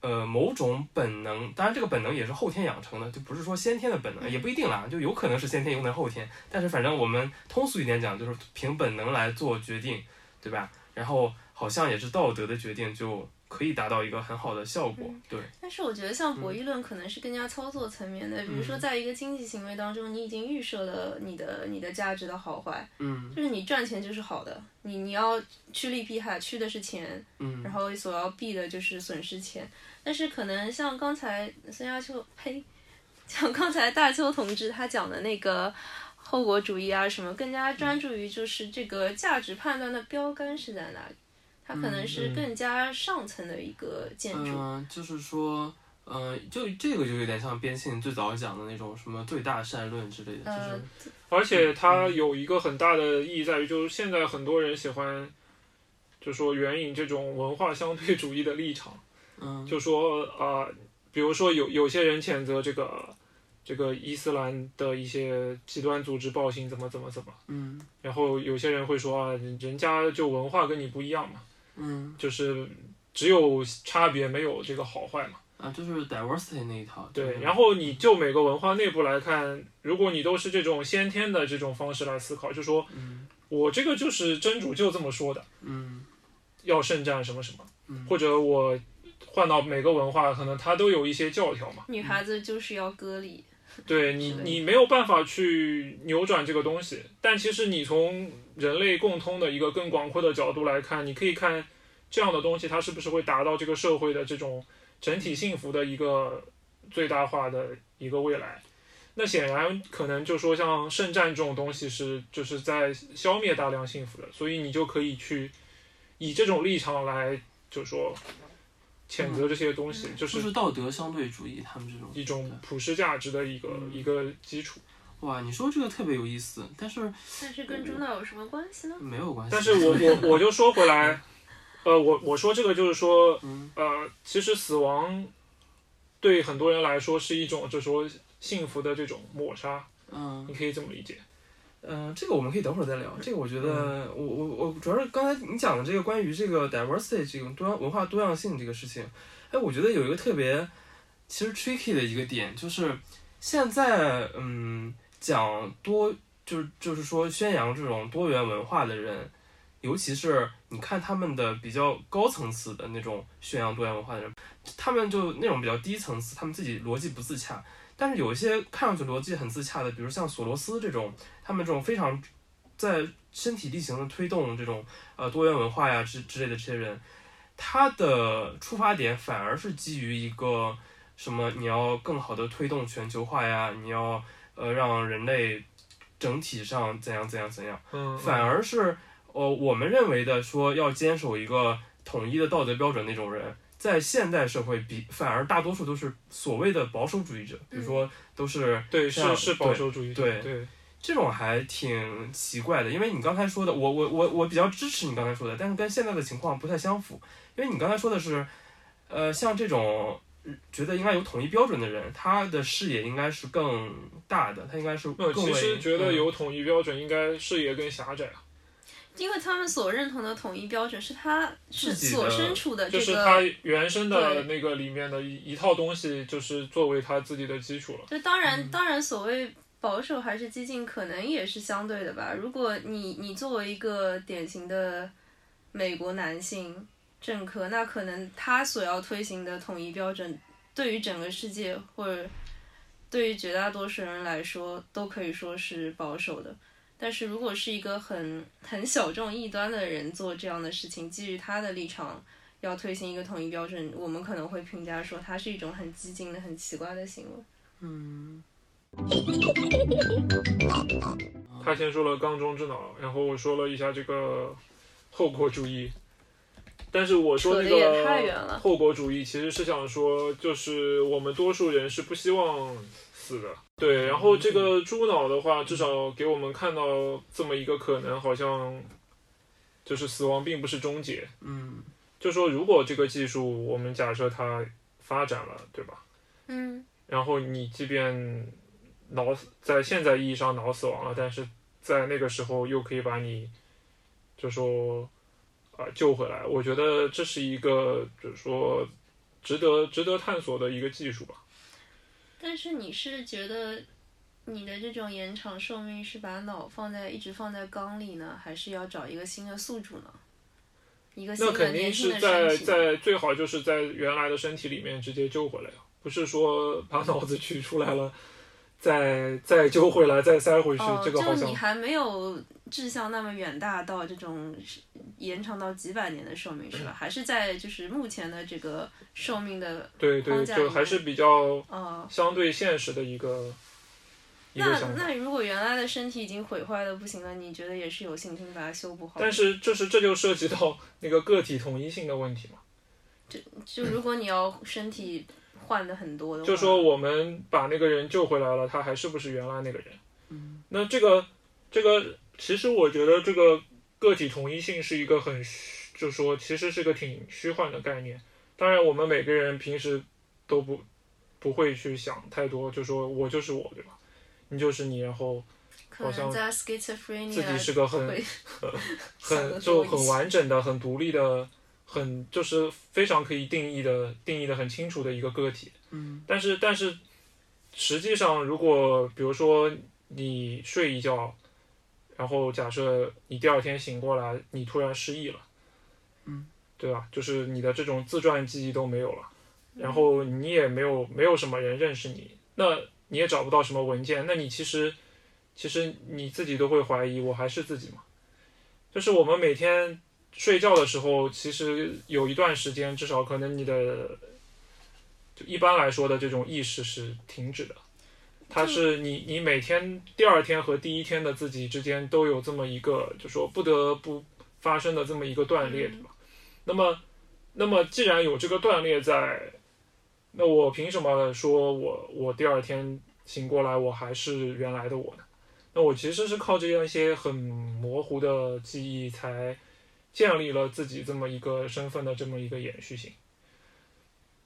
Speaker 1: 呃某种本能，当然这个本能也是后天养成的，就不是说先天的本能，也不一定啦，就有可能是先天，有可能是后天。但是反正我们通俗一点讲，就是凭本能来做决定，对吧？然后好像也是道德的决定就可以达到一个很好的效果。对，
Speaker 2: 但是我觉得像
Speaker 1: 嗯
Speaker 2: 博弈论可能是更加操作层面的，比如说在一个经济行为当中，你已经预设了你的你的价值的好坏，
Speaker 1: 嗯
Speaker 2: 就是你赚钱就是好的，你你要趋利避害，趋的是钱，然
Speaker 1: 嗯
Speaker 2: 后所要避的就是损失钱。但是可能像刚才孙亚秋，呸，像刚才大邱同志他讲的那个后果主义啊什么，更加
Speaker 1: 嗯
Speaker 2: 专注于就是这个价值判断的标杆是在哪里，它可能是
Speaker 3: 嗯嗯
Speaker 2: 更加上层的一个建
Speaker 1: 嗯、
Speaker 2: 筑。
Speaker 1: 就是说，嗯、就这个就有点像边沁最早讲的那种什么最大善论之类的，
Speaker 2: 呃
Speaker 1: 就是
Speaker 3: 而且它有一个很大的意义在于，就是现在很多人喜欢，就说援引这种文化相对主义的立场，
Speaker 1: 嗯
Speaker 3: 就说啊、呃比如说有有些人谴责这个这个伊斯兰的一些极端组织暴行怎么怎么怎么，
Speaker 1: 嗯
Speaker 3: 然后有些人会说啊，人家就文化跟你不一样嘛，
Speaker 1: 嗯
Speaker 3: 就是只有差别没有这个好坏嘛。
Speaker 1: 啊，就是 diversity 那一套。
Speaker 3: 对，
Speaker 1: 后
Speaker 3: 然后你就每个文化内部来看，如果你都是这种先天的这种方式来思考，就说，
Speaker 1: 嗯
Speaker 3: 我这个就是真主就这么说的，
Speaker 1: 嗯
Speaker 3: 要圣战什么什么，
Speaker 1: 嗯
Speaker 3: 或者我换到每个文化，可能它都有一些教条嘛。
Speaker 2: 女孩子就是要割礼，
Speaker 3: 对你
Speaker 2: 是，的
Speaker 3: 你没有办法去扭转这个东西，但其实你从人类共通的一个更广阔的角度来看，你可以看这样的东西，它是不是会达到这个社会的这种整体幸福的一个最大化的一个未来。那显然可能就说像圣战这种东西是就是在消灭大量幸福的，所以你就可以去以这种立场来就说谴责这些东西，
Speaker 2: 嗯
Speaker 1: 就
Speaker 3: 就
Speaker 1: 是是道德相对主义，他们这种
Speaker 3: 一种普世价值的一个
Speaker 2: 嗯
Speaker 3: 一个基础。
Speaker 1: 哇，你说这个特别有意思，但是
Speaker 2: 但是跟中道有什么关系呢？
Speaker 1: 没有关系。
Speaker 3: 但是我我我就说回来，呃，我我说这个就是说，
Speaker 1: 嗯
Speaker 3: 呃，其实死亡对很多人来说是一种，就是说幸福的这种抹杀，
Speaker 1: *laughs* 嗯
Speaker 3: 你可以这么理解。
Speaker 1: 嗯，这个我们可以等会儿再聊。这个我觉得，我我我主要是刚才你讲的这个关于这个 diversity 这种多样文化多样性这个事情，哎，我觉得有一个特别其实 tricky 的一个点，就是现在嗯讲多就是就是说宣扬这种多元文化的人，尤其是你看他们的比较高层次的那种宣扬多元文化的人，他们就那种比较低层次，他们自己逻辑不自洽。但是有一些看上去逻辑很自洽的，比如像索罗斯这种，他们这种非常在身体力行的推动这种呃多元文化呀之之类的这些人，他的出发点反而是基于一个什么你要更好的推动全球化呀，你要呃让人类整体上怎样怎样怎样。
Speaker 3: 嗯，
Speaker 1: 反而是呃我们认为的说要坚守一个统一的道德标准那种人，在现代社会比反而大多数都是所谓的保守主义者，比如说都是
Speaker 3: 对
Speaker 1: 这
Speaker 3: 是
Speaker 1: 样
Speaker 3: 是保守主义者，
Speaker 1: 对
Speaker 3: 对
Speaker 1: 这种还挺奇怪的，因为你刚才说的，我我我我比较支持你刚才说的，但是跟现在的情况不太相符，因为你刚才说的是，呃，像这种嗯觉得应该有统一标准的人，他的视野应该是更大的，他应该是
Speaker 3: 没有，
Speaker 1: 更
Speaker 3: 呃其实
Speaker 1: 为
Speaker 3: 觉得
Speaker 1: 嗯
Speaker 3: 有统一标准，应该视野更狭窄，
Speaker 2: 因为他们所认同的统一标准是他是
Speaker 1: 自己的
Speaker 2: 所身处的这
Speaker 3: 就
Speaker 2: 个，
Speaker 3: 是它原生的
Speaker 2: 对
Speaker 3: 那个里面的一一套东西，就是作为它自己的基础了。
Speaker 2: 就当然当然所谓。保守还是激进，可能也是相对的吧。如果你你作为一个典型的美国男性政客，那可能他所要推行的统一标准，对于整个世界或者对于绝大多数人来说，都可以说是保守的。但是如果是一个很很小众异端的人做这样的事情，基于他的立场要推行一个统一标准，我们可能会评价说他是一种很激进的、很奇怪的行为。
Speaker 1: 嗯
Speaker 3: 他先说了缸中之脑，然后我说了一下这个后果主义，但是我说那
Speaker 2: 扯得也太远
Speaker 3: 个
Speaker 2: 了
Speaker 3: 后果主义其实是想说，就是我们多数人是不希望死的，对。然后这个猪脑的话，至少给我们看到这么一个可能，好像就是死亡并不是终结，
Speaker 1: 嗯
Speaker 3: 就说如果这个技术，我们假设它发展了，对吧？
Speaker 2: 嗯，
Speaker 3: 然后你即便脑死在现在意义上脑死亡了，但是在那个时候又可以把你就说啊、救回来，我觉得这是一个就是说值得值得探索的一个技术吧。
Speaker 2: 但是你是觉得你的这种延长寿命是把脑放在一直放在缸里呢，还是要找一个新的宿主呢？一个
Speaker 3: 那
Speaker 2: 新的
Speaker 3: 肯定
Speaker 2: 年轻
Speaker 3: 是
Speaker 2: 的
Speaker 3: 在
Speaker 2: 身体。
Speaker 3: 在最好就是在原来的身体里面直接救回来，不是说把脑子取出来了，再再救回来再塞回去，
Speaker 2: 哦，
Speaker 3: 这个好
Speaker 2: 就
Speaker 3: 像
Speaker 2: 你还没有志向那么远大到这种延长到几百年的寿命是
Speaker 3: 嗯
Speaker 2: 吧？还是在就是目前的这个寿命的
Speaker 3: 对对，
Speaker 2: 框架
Speaker 3: 就
Speaker 2: 里
Speaker 3: 还
Speaker 2: 面
Speaker 3: 是比较
Speaker 2: 呃
Speaker 3: 相对现实的一个一个
Speaker 2: 那
Speaker 3: 想法。
Speaker 2: 那如果原来的身体已经毁坏的不行了，你觉得也是有信心把它修补好？
Speaker 3: 但是这是这就涉及到那个个体统一性的问题嘛，
Speaker 2: 就如果你要身体换的很多的话，
Speaker 3: 就说我们把那个人救回来了，他还是不是原来那个人？
Speaker 1: 嗯
Speaker 3: 那这个这个，其实我觉得这个个体同一性是一个很虚，就说其实是个挺虚幻的概念。当然，我们每个人平时都不不会去想太多，就说我就是我，对吧？你就是你，然后
Speaker 2: 可
Speaker 3: 好像
Speaker 2: 能在
Speaker 3: 自
Speaker 2: schizophrenia
Speaker 3: 己是个很
Speaker 2: 会想
Speaker 3: 很
Speaker 2: 得多
Speaker 3: 就很
Speaker 2: 一些
Speaker 3: 完整的、很独立的、很就是非常可以定义的、定义的很清楚的一个个体。
Speaker 1: 嗯
Speaker 3: 但是但是，实际上，如果比如说你睡一觉，然后假设你第二天醒过来，你突然失忆了，
Speaker 1: 嗯，
Speaker 3: 对吧？就是你的这种自传记忆都没有了，然后你也没有没有什么人认识你，那你也找不到什么文件，那你其实其实你自己都会怀疑，我还是自己吗？就是我们每天睡觉的时候，其实有一段时间，至少可能你的就一般来说的这种意识是停止的，它是你你每天第二天和第一天的自己之间都有这么一个，就说不得不发生的这么一个断裂，
Speaker 2: 嗯
Speaker 3: 对吧？那么，那么既然有这个断裂在，那我凭什么说我我第二天醒过来我还是原来的我呢？那我其实是靠这样一些很模糊的记忆才建立了自己这么一个身份的这么一个延续性。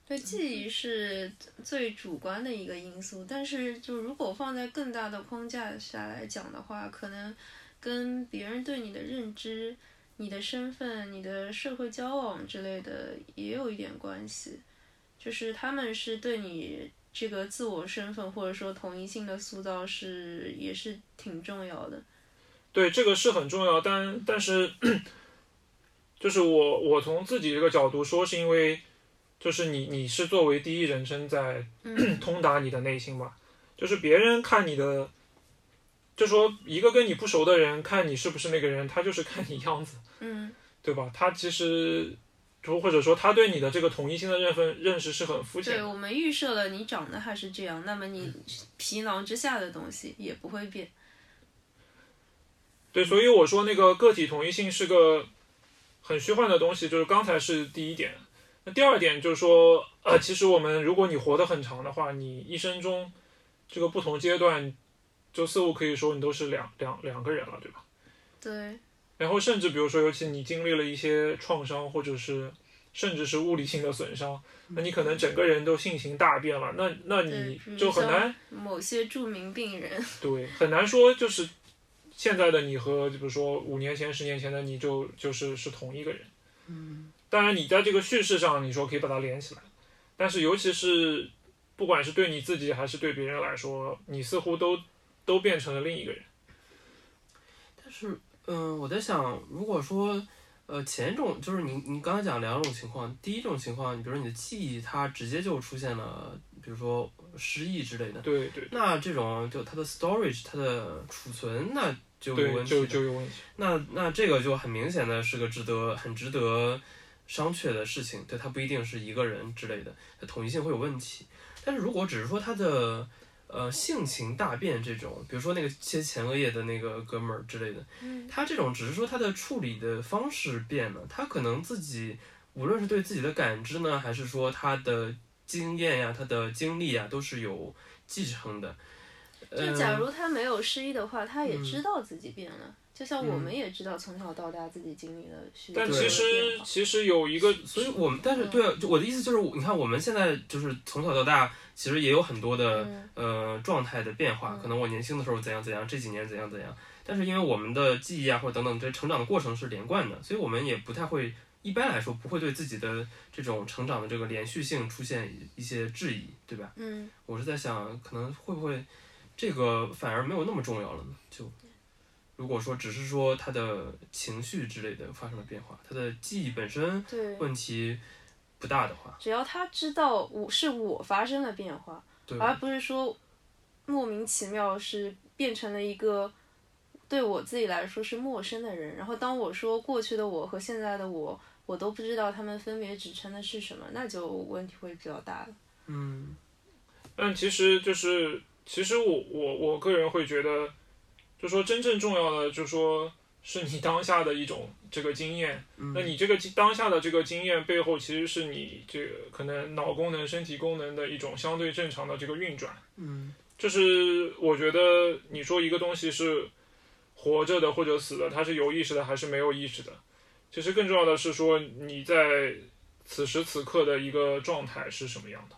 Speaker 2: 对记忆是最主观的一个因素，但是就如果放在更大的框架下来讲的话，可能跟别人对你的认知、你的身份、你的社会交往之类的也有一点关系，就是他们是对你这个自我身份或者说同一性的塑造是也是挺重要的。
Speaker 3: 对，这个是很重要，但但是 *clears throat* 就是我我从自己这个角度说，是因为就是你你是作为第一人称在
Speaker 2: 嗯
Speaker 3: 通达你的内心嘛，就是别人看你的，就说一个跟你不熟的人看你是不是那个人，他就是看你样子，
Speaker 2: *coughs* 嗯，
Speaker 3: 对吧？他其实就或者说他对你的这个统一性的认分认识是嗯很肤浅
Speaker 2: 对
Speaker 3: 的，
Speaker 2: 我们预设了你长得还是这样，那么你皮囊之下的东西也不会变。
Speaker 3: 对，所以我说那个个体统一性是个很虚幻的东西，就是刚才是第一点。那第二点就是说，呃，其实我们如果你活得很长的话，你一生中这个不同阶段，就似乎可以说你都是两两两个人了，对吧？
Speaker 2: 对。
Speaker 3: 然后甚至比如说，尤其你经历了一些创伤，或者是甚至是物理性的损伤，那你可能整个人都性情大变了，那那你
Speaker 2: 对嗯
Speaker 3: 就很
Speaker 2: 比如说
Speaker 3: 难
Speaker 2: 某些著名病 *laughs* 人，
Speaker 3: 对，很难说就是现在的你和比如说五年前、十年前的你就就是是同一个人。
Speaker 1: 嗯
Speaker 3: 当然，你在这个叙事上，你说可以把它连起来，但是尤其是不管是对你自己还是对别人来说，你似乎都都变成了另一个人。
Speaker 1: 但是，嗯、我在想，如果说，呃，前一种就是你你刚才讲两种情况，第一种情况，你比如说你的记忆它直接就出现了，比如说失忆之类的，
Speaker 3: 对对
Speaker 1: 那这种就它的 storage 它的储存那就有
Speaker 3: 对，
Speaker 1: 问题
Speaker 3: 就
Speaker 1: 了。
Speaker 3: 就有问题。
Speaker 1: 那那这个就很明显的是个值得很值得商榷的事情，对，它不一定是一个人之类的，它统一性会有问题。但是如果只是说他的呃性情大变这种，比如说那个切前额叶的那个哥们儿之类的，
Speaker 2: 嗯
Speaker 1: 他这种只是说他的处理的方式变了，他可能自己无论是对自己的感知呢，还是说他的经验呀、他的经历呀，都是有继承的。
Speaker 2: 就
Speaker 3: 呃
Speaker 1: 嗯
Speaker 2: 假如他没有失忆的话，他也
Speaker 1: 嗯
Speaker 2: 知道自己变了，就像我们
Speaker 1: 嗯
Speaker 2: 也知道从小到大自己经历了许多
Speaker 3: 但
Speaker 2: 的
Speaker 3: 其
Speaker 2: 变
Speaker 3: 实
Speaker 2: 化。
Speaker 3: 其实有一个，
Speaker 1: 所以我们
Speaker 2: 嗯
Speaker 1: 但是对啊，就我的意思就是，你看我们现在就是从小到大，其实也有很多的、
Speaker 2: 嗯
Speaker 1: 呃状态的变化
Speaker 2: 嗯。
Speaker 1: 可能我年轻的时候怎样怎样，这几年怎样怎样。但是因为我们的记忆啊或者等等这成长的过程是连贯的，所以我们也不太会，一般来说不会对自己的这种成长的这个连续性出现一些质疑，对吧？
Speaker 2: 嗯，
Speaker 1: 我是在想，可能会不会这个反而没有那么重要了呢？就如果说只是说他的情绪之类的发生了变化，他的记忆本身
Speaker 2: 对，
Speaker 1: 问题不大的话，
Speaker 2: 只要他知道我是我发生了变化，
Speaker 1: 对，
Speaker 2: 而不是说莫名其妙是变成了一个对我自己来说是陌生的人。然后当我说过去的我和现在的我，我都不知道他们分别指称的是什么，那就问题会比较大了。
Speaker 1: 嗯，
Speaker 3: 但其实就是，其实我我我个人会觉得，就说真正重要的，就说是你当下的一种这个经验。
Speaker 1: 嗯
Speaker 3: 那你这个经当下的这个经验背后，其实是你这个可能脑功能、身体功能的一种相对正常的这个运转。
Speaker 1: 嗯
Speaker 3: 就是我觉得你说一个东西是活着的或者死的，它是有意识的还是没有意识的？其实更重要的是说你在此时此刻的一个状态是什么样的。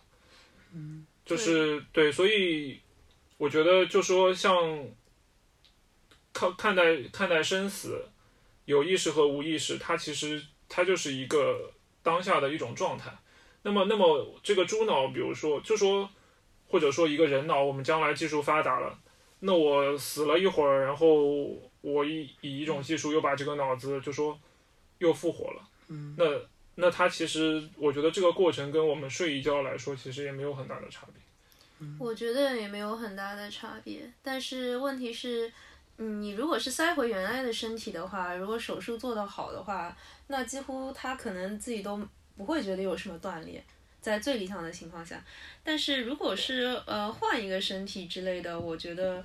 Speaker 1: 嗯
Speaker 3: 就是对，所以我觉得就说像看看待看待生死，有意识和无意识，它其实它就是一个当下的一种状态。那么，那么这个猪脑，比如说，就说或者说一个人脑，我们将来技术发达了，那我死了一会儿，然后我以以一种技术又把这个脑子就说又复活了。
Speaker 1: 嗯
Speaker 3: 那那它其实，我觉得这个过程跟我们睡一觉来说，其实也没有很大的差别。
Speaker 2: 我觉得也没有很大的差别，但是问题是，嗯，你如果是塞回原来的身体的话，如果手术做得好的话，那几乎他可能自己都不会觉得有什么断裂，在最理想的情况下。但是如果是呃换一个身体之类的，我觉得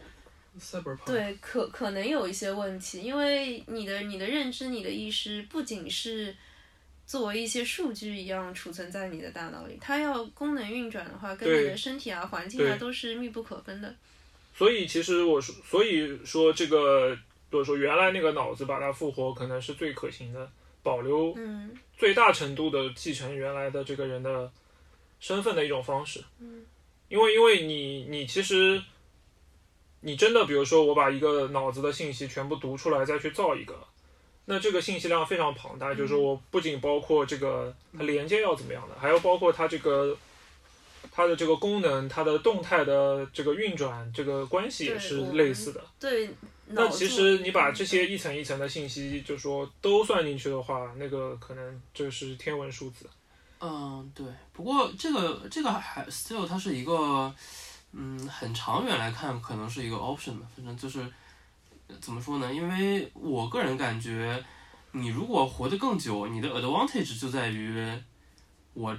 Speaker 1: ，cyberpunk，，
Speaker 2: 对，可可能有一些问题，因为你的你的认知、你的意识不仅是作为一些数据一样储存在你的大脑里，它要功能运转的话，跟
Speaker 3: 对
Speaker 2: 你的身体啊、环境啊
Speaker 3: 对
Speaker 2: 都是密不可分的。
Speaker 3: 所以其实我说，所以说这个，比如说原来那个脑子把它复活，可能是最可行的，保留
Speaker 2: 嗯
Speaker 3: 最大程度的继承原来的这个人的身份的一种方式。
Speaker 2: 嗯
Speaker 3: 因为因为你你其实你真的，比如说我把一个脑子的信息全部读出来，再去造一个，那这个信息量非常庞
Speaker 2: 嗯
Speaker 3: 大。就是说我不仅包括这个它连接要怎么样的，还要包括它这个它的这个功能、它的动态的这个运转、这个关系也
Speaker 2: 对
Speaker 3: 是
Speaker 2: 我们
Speaker 3: 类似的。
Speaker 2: 对。
Speaker 3: 那
Speaker 2: 脑嗯
Speaker 3: 其
Speaker 2: 做
Speaker 3: 实你把这些一层一层的信息，就说都算进去的话，那个可能这是天文数字。
Speaker 1: 嗯，对。不过这个这个还 still 它是一个，嗯，很长远来看可能是一个 option 吧。反正就是呃怎么说呢？因为我个人感觉，你如果活得更久，你的 advantage 就在于我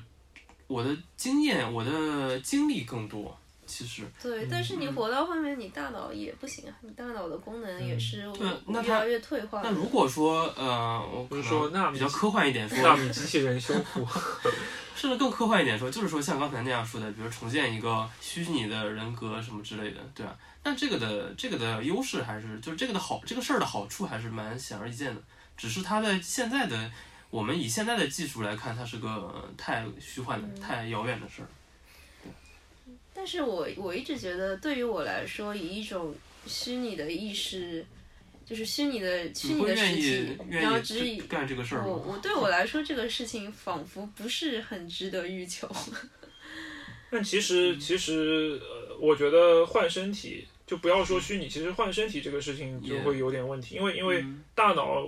Speaker 1: 我的经验、我的经历更多。其实，
Speaker 2: 对，但
Speaker 3: 嗯
Speaker 2: 是你活到后面，你大脑也不行啊，你大脑的功能
Speaker 3: 嗯
Speaker 2: 也是
Speaker 1: 对那
Speaker 2: 越
Speaker 1: 它
Speaker 2: 来越退化的。
Speaker 1: 那如果说，呃，我
Speaker 3: 比
Speaker 1: 可
Speaker 3: 如
Speaker 1: 能
Speaker 3: 说纳
Speaker 1: 比
Speaker 3: 米
Speaker 1: 较科幻一点说，
Speaker 3: 纳米机器人修
Speaker 1: *laughs*
Speaker 3: 复，
Speaker 1: 甚至更科幻一点说，就是说像刚才那样说的，比如重建一个虚拟的人格什么之类的，对吧、但这个的这个的优势还是就是这个的好，这个事儿的好处还是蛮显而易见的。只是它的现在的我们以现在的技术来看，它是个呃太虚幻
Speaker 2: 嗯
Speaker 1: 的、太遥远的事儿。
Speaker 2: 但是我我一直觉得，对于我来说，以一种虚拟的意识，就是虚拟的虚
Speaker 1: 你
Speaker 2: 拟
Speaker 1: 会
Speaker 2: 的实
Speaker 1: 愿意
Speaker 2: 体，然后
Speaker 1: 愿
Speaker 2: 只
Speaker 1: 意
Speaker 2: 以
Speaker 1: 去干这个事儿
Speaker 2: 我
Speaker 1: 吗？
Speaker 2: 我对我来说，这个事情仿佛不是很值得欲求。
Speaker 3: 但其实
Speaker 1: 嗯
Speaker 3: 其实呃，我觉得换身体就不要说虚拟，其实换身体这个事情
Speaker 1: 嗯
Speaker 3: 就
Speaker 1: 也
Speaker 3: 会有点问题，因为因为
Speaker 1: 嗯
Speaker 3: 大脑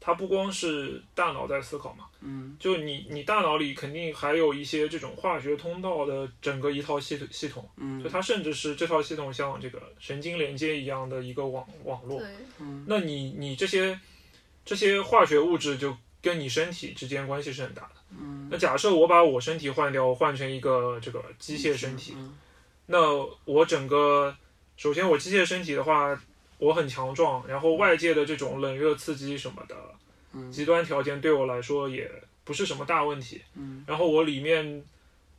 Speaker 3: 它不光是大脑在思考嘛，
Speaker 1: 嗯
Speaker 3: 就你你大脑里肯定还有一些这种化学通道的整个一套系统系统，就
Speaker 1: 嗯
Speaker 3: 它甚至是这套系统像这个神经连接一样的一个网网络。
Speaker 2: 对，
Speaker 1: 嗯
Speaker 3: 那你你这些这些化学物质就跟你身体之间关系是很大的。
Speaker 1: 嗯，
Speaker 3: 那假设我把我身体换掉，我换成一个这个机械身体，
Speaker 1: 嗯
Speaker 3: 那我整个首先我机械身体的话，我很强壮，然后外界的这种冷热刺激什么的
Speaker 1: 嗯
Speaker 3: 极端条件对我来说也不是什么大问题。
Speaker 1: 嗯
Speaker 3: 然后我里面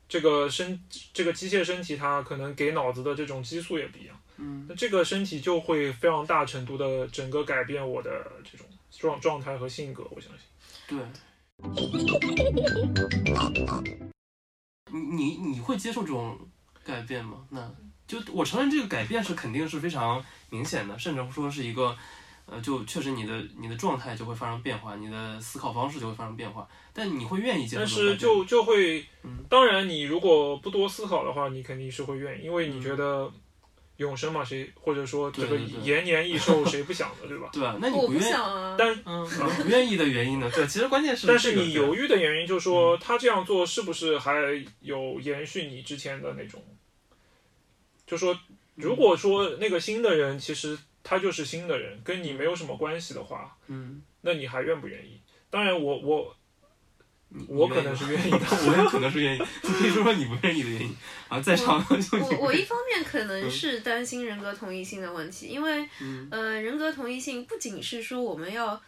Speaker 3: 这个身这个机械身体它可能给脑子的这种激素也不一样。
Speaker 1: 嗯
Speaker 3: 那这个身体就会非常大程度的整个改变我的这种状状态和性格，我相信。
Speaker 1: 对。你你你会接受这种改变吗？那就我承认这个改变是肯定是非常明显的，甚至说是一个，呃，就确实你的你的状态就会发生变化，你的思考方式就会发生变化。但你会愿意接受
Speaker 3: 但
Speaker 1: 这种
Speaker 3: 是
Speaker 1: 改变吗？
Speaker 3: 就就会
Speaker 1: 嗯，
Speaker 3: 当然你如果不多思考的话，你肯定是会愿意，因为你觉得永生嘛，谁或者说这个
Speaker 1: 嗯对对对
Speaker 3: 延年益寿谁不想的，对吧？
Speaker 1: 对吧？那你
Speaker 2: 我
Speaker 1: 不
Speaker 2: 不
Speaker 1: 愿
Speaker 2: 想啊，
Speaker 3: 但
Speaker 1: 嗯，你不愿意的原因呢？对，其实关键 *laughs* 是这嗯
Speaker 3: 但
Speaker 1: 个，
Speaker 3: 是
Speaker 1: 对
Speaker 3: 你犹豫的原因，就是说他这样做是不是还有延续你之前的那种？就说
Speaker 1: 嗯
Speaker 3: 如果说那个新的人，其实他就是新的人，跟你没有什么关系的话，
Speaker 1: 嗯，
Speaker 3: 那你还愿不愿意？当然我，我
Speaker 1: 你
Speaker 3: 我
Speaker 1: 你
Speaker 3: 可
Speaker 1: 愿
Speaker 3: 能
Speaker 1: 意
Speaker 3: 是
Speaker 1: 吗
Speaker 3: 愿意的。
Speaker 1: *laughs*
Speaker 3: *laughs*
Speaker 1: 我也可能是愿意，你可以说说你不愿意的原因啊，在场就
Speaker 2: 我
Speaker 1: *laughs* 你
Speaker 2: 我一方面可能是担心人格同一性的问题，因为，
Speaker 1: 嗯
Speaker 2: 呃，人格同一性不仅是说我们要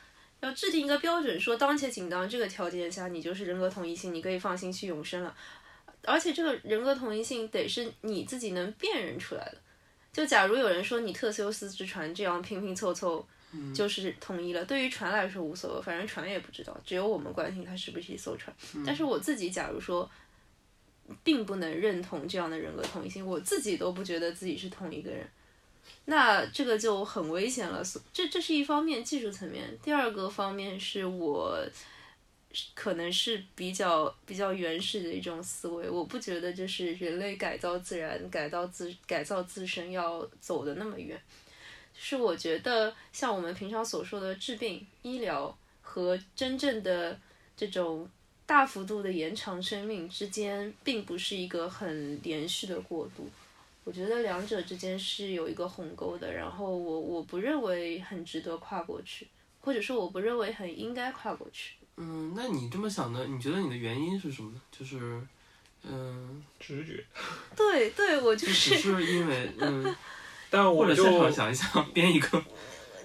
Speaker 2: 要制定一个标准，说当前仅当这个条件下你就是人格同一性，你可以放心去永生了，而且这个人格同一性得是你自己能辨认出来的。就假如有人说你特修斯之船这样拼拼凑凑就是统一了，对于船来说无所谓，反正船也不知道，只有我们关心它是不是一艘船。但是我自己假如说并不能认同这样的人格统一性，我自己都不觉得自己是同一个人，那这个就很危险了。所这这是一方面技术层面，第二个方面是我是可能是比较比较原始的一种思维，我不觉得就是人类改造自然、改造自改造自身要走的那么远。就是我觉得像我们平常所说的治病、医疗和真正的这种大幅度的延长生命之间，并不是一个很连续的过渡。我觉得两者之间是有一个鸿沟的，然后我我不认为很值得跨过去，或者说我不认为很应该跨过去。
Speaker 1: 嗯，那你这么想的，你觉得你的原因是什么呢？就是，嗯、
Speaker 3: 直觉，
Speaker 2: 对对，我就
Speaker 1: 就只
Speaker 2: 是
Speaker 1: 是因为，
Speaker 3: *laughs*
Speaker 1: 嗯，
Speaker 3: 但
Speaker 1: 或
Speaker 3: 我
Speaker 1: 者
Speaker 3: 就
Speaker 1: 现场想一想，编一个，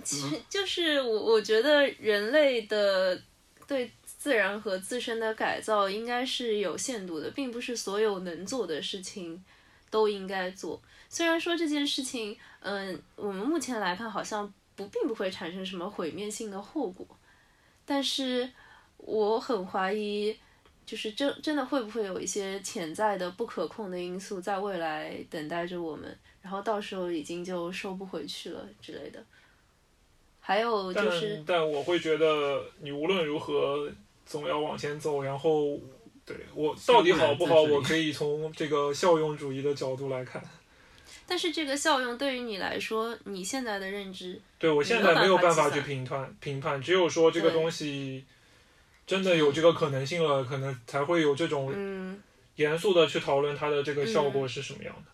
Speaker 2: 其实就是我，我觉得人类的对自然和自身的改造应该是有限度的，并不是所有能做的事情都应该做。虽然说这件事情，嗯、我们目前来看好像不并不会产生什么毁灭性的后果，但是我很怀疑，就是真真的会不会有一些潜在的不可控的因素在未来等待着我们，然后到时候已经就收不回去了之类的。还有
Speaker 3: 但
Speaker 2: 就是，
Speaker 3: 但我会觉得你无论如何总要往前走，然后对我到底好不好，
Speaker 1: 在这里
Speaker 3: 我可以从这个效用主义的角度来看。
Speaker 2: 但是这个效用对于你来说，你现在的认知，
Speaker 3: 对我现在没有办
Speaker 2: 没有办法
Speaker 3: 法去
Speaker 2: 计算
Speaker 3: 评判评判，只有说这个
Speaker 2: 对
Speaker 3: 东西真的有这个可能性了，可能才会有这种
Speaker 2: 嗯，
Speaker 3: 严肃的去讨论它的这个效果是什么样的。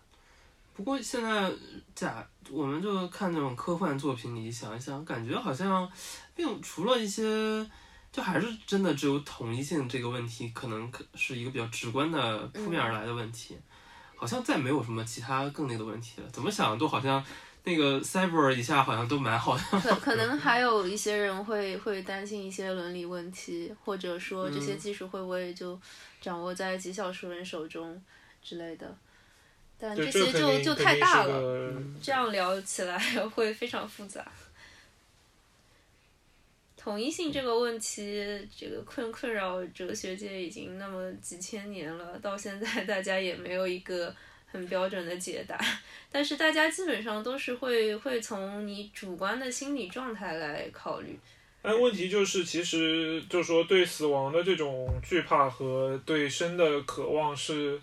Speaker 1: 不过现在假我们就看那种科幻作品里想一想，感觉好像并除了一些，就还是真的只有统一性这个问题，可能可是一个比较直观的
Speaker 3: 嗯
Speaker 1: 扑面而来的问题，好像再没有什么其他更那个的问题了。怎么想都好像那个 cyber 一下好像都蛮好的，
Speaker 2: 可可能还有一些人会会担心一些伦理问题，或者说
Speaker 3: 嗯
Speaker 2: 这些技术会不会就掌握在极少数人手中之类的。但
Speaker 3: 对，
Speaker 2: 嗯这
Speaker 3: 这
Speaker 2: 些
Speaker 3: 肯
Speaker 2: 就
Speaker 3: 定
Speaker 2: 就
Speaker 3: 肯定
Speaker 2: 太大
Speaker 3: 是
Speaker 2: 了，
Speaker 3: 个
Speaker 2: 这样聊起来 *laughs* 会非常复杂。统一性这个问题，这个困困扰哲学界已经那么几千年了，到现在大家也没有一个很标准的解答。但是大家基本上都是会会从你主观的心理状态来考虑。
Speaker 3: 但问题就是，其实就是说对死亡的这种惧怕和对生的渴望是，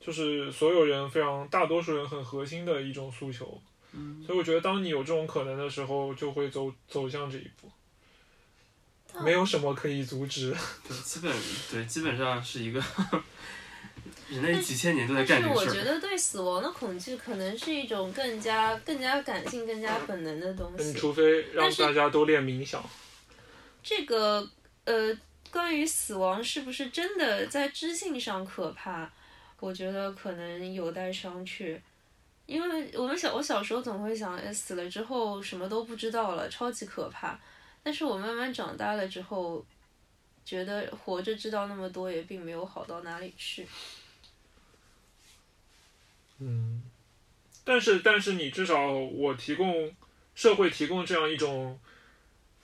Speaker 3: 就是所有人非常大多数人很核心的一种诉求。所以我觉得，当你有这种可能的时候，就会走走向这一步，
Speaker 2: 嗯
Speaker 3: 没有什么可以阻止。
Speaker 1: 对，基本对，基本上是一个人类几千年都在干
Speaker 2: 但
Speaker 1: 这
Speaker 2: 是
Speaker 1: 个
Speaker 2: 我
Speaker 1: 事
Speaker 2: 觉
Speaker 1: 儿。
Speaker 2: 得对死亡的恐惧可能是一种更加更加感性、更加本能的东
Speaker 3: 嗯，
Speaker 2: 西。
Speaker 3: 除非让
Speaker 2: 但是
Speaker 3: 大家都练冥想。
Speaker 2: 这个呃，关于死亡是不是真的在知性上可怕，我觉得可能有待商榷。因为我们小我小时候总会想，哎，死了之后什么都不知道了，超级可怕。但是我慢慢长大了之后，觉得活着知道那么多也并没有好到哪里去。
Speaker 3: 嗯，但是但是你至少我提供社会提供这样一种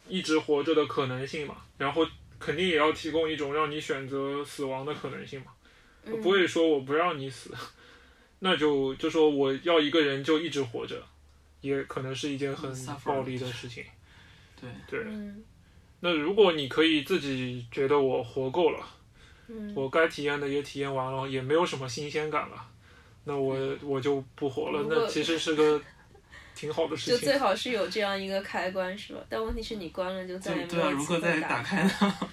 Speaker 3: 一直活着的可能性嘛，然后肯定也要提供一种让你选择死亡的可能性嘛，
Speaker 2: 嗯
Speaker 3: 不会说我不让你死， *laughs* 那就就说我要一个人就一直活着，也可能是一件很
Speaker 1: 嗯，suffer
Speaker 3: 暴力的事情。
Speaker 1: 对
Speaker 3: 对，
Speaker 2: 嗯
Speaker 3: 那如果你可以自己觉得我活够了，
Speaker 2: 嗯，
Speaker 3: 我该体验的也体验完了，也没有什么新鲜感了，那我
Speaker 2: 嗯
Speaker 3: 我就不活了。
Speaker 2: 如果
Speaker 3: 那其实是个挺好的事
Speaker 2: 就
Speaker 3: 情。
Speaker 2: 最好是有这样一个开关，是吧？但问题是你关了，就再也
Speaker 1: 就对
Speaker 2: 没
Speaker 1: 啊，
Speaker 2: 有
Speaker 1: 如
Speaker 2: 机
Speaker 1: 何
Speaker 2: 会
Speaker 1: 再
Speaker 2: 打
Speaker 1: 打开呢？
Speaker 2: *laughs*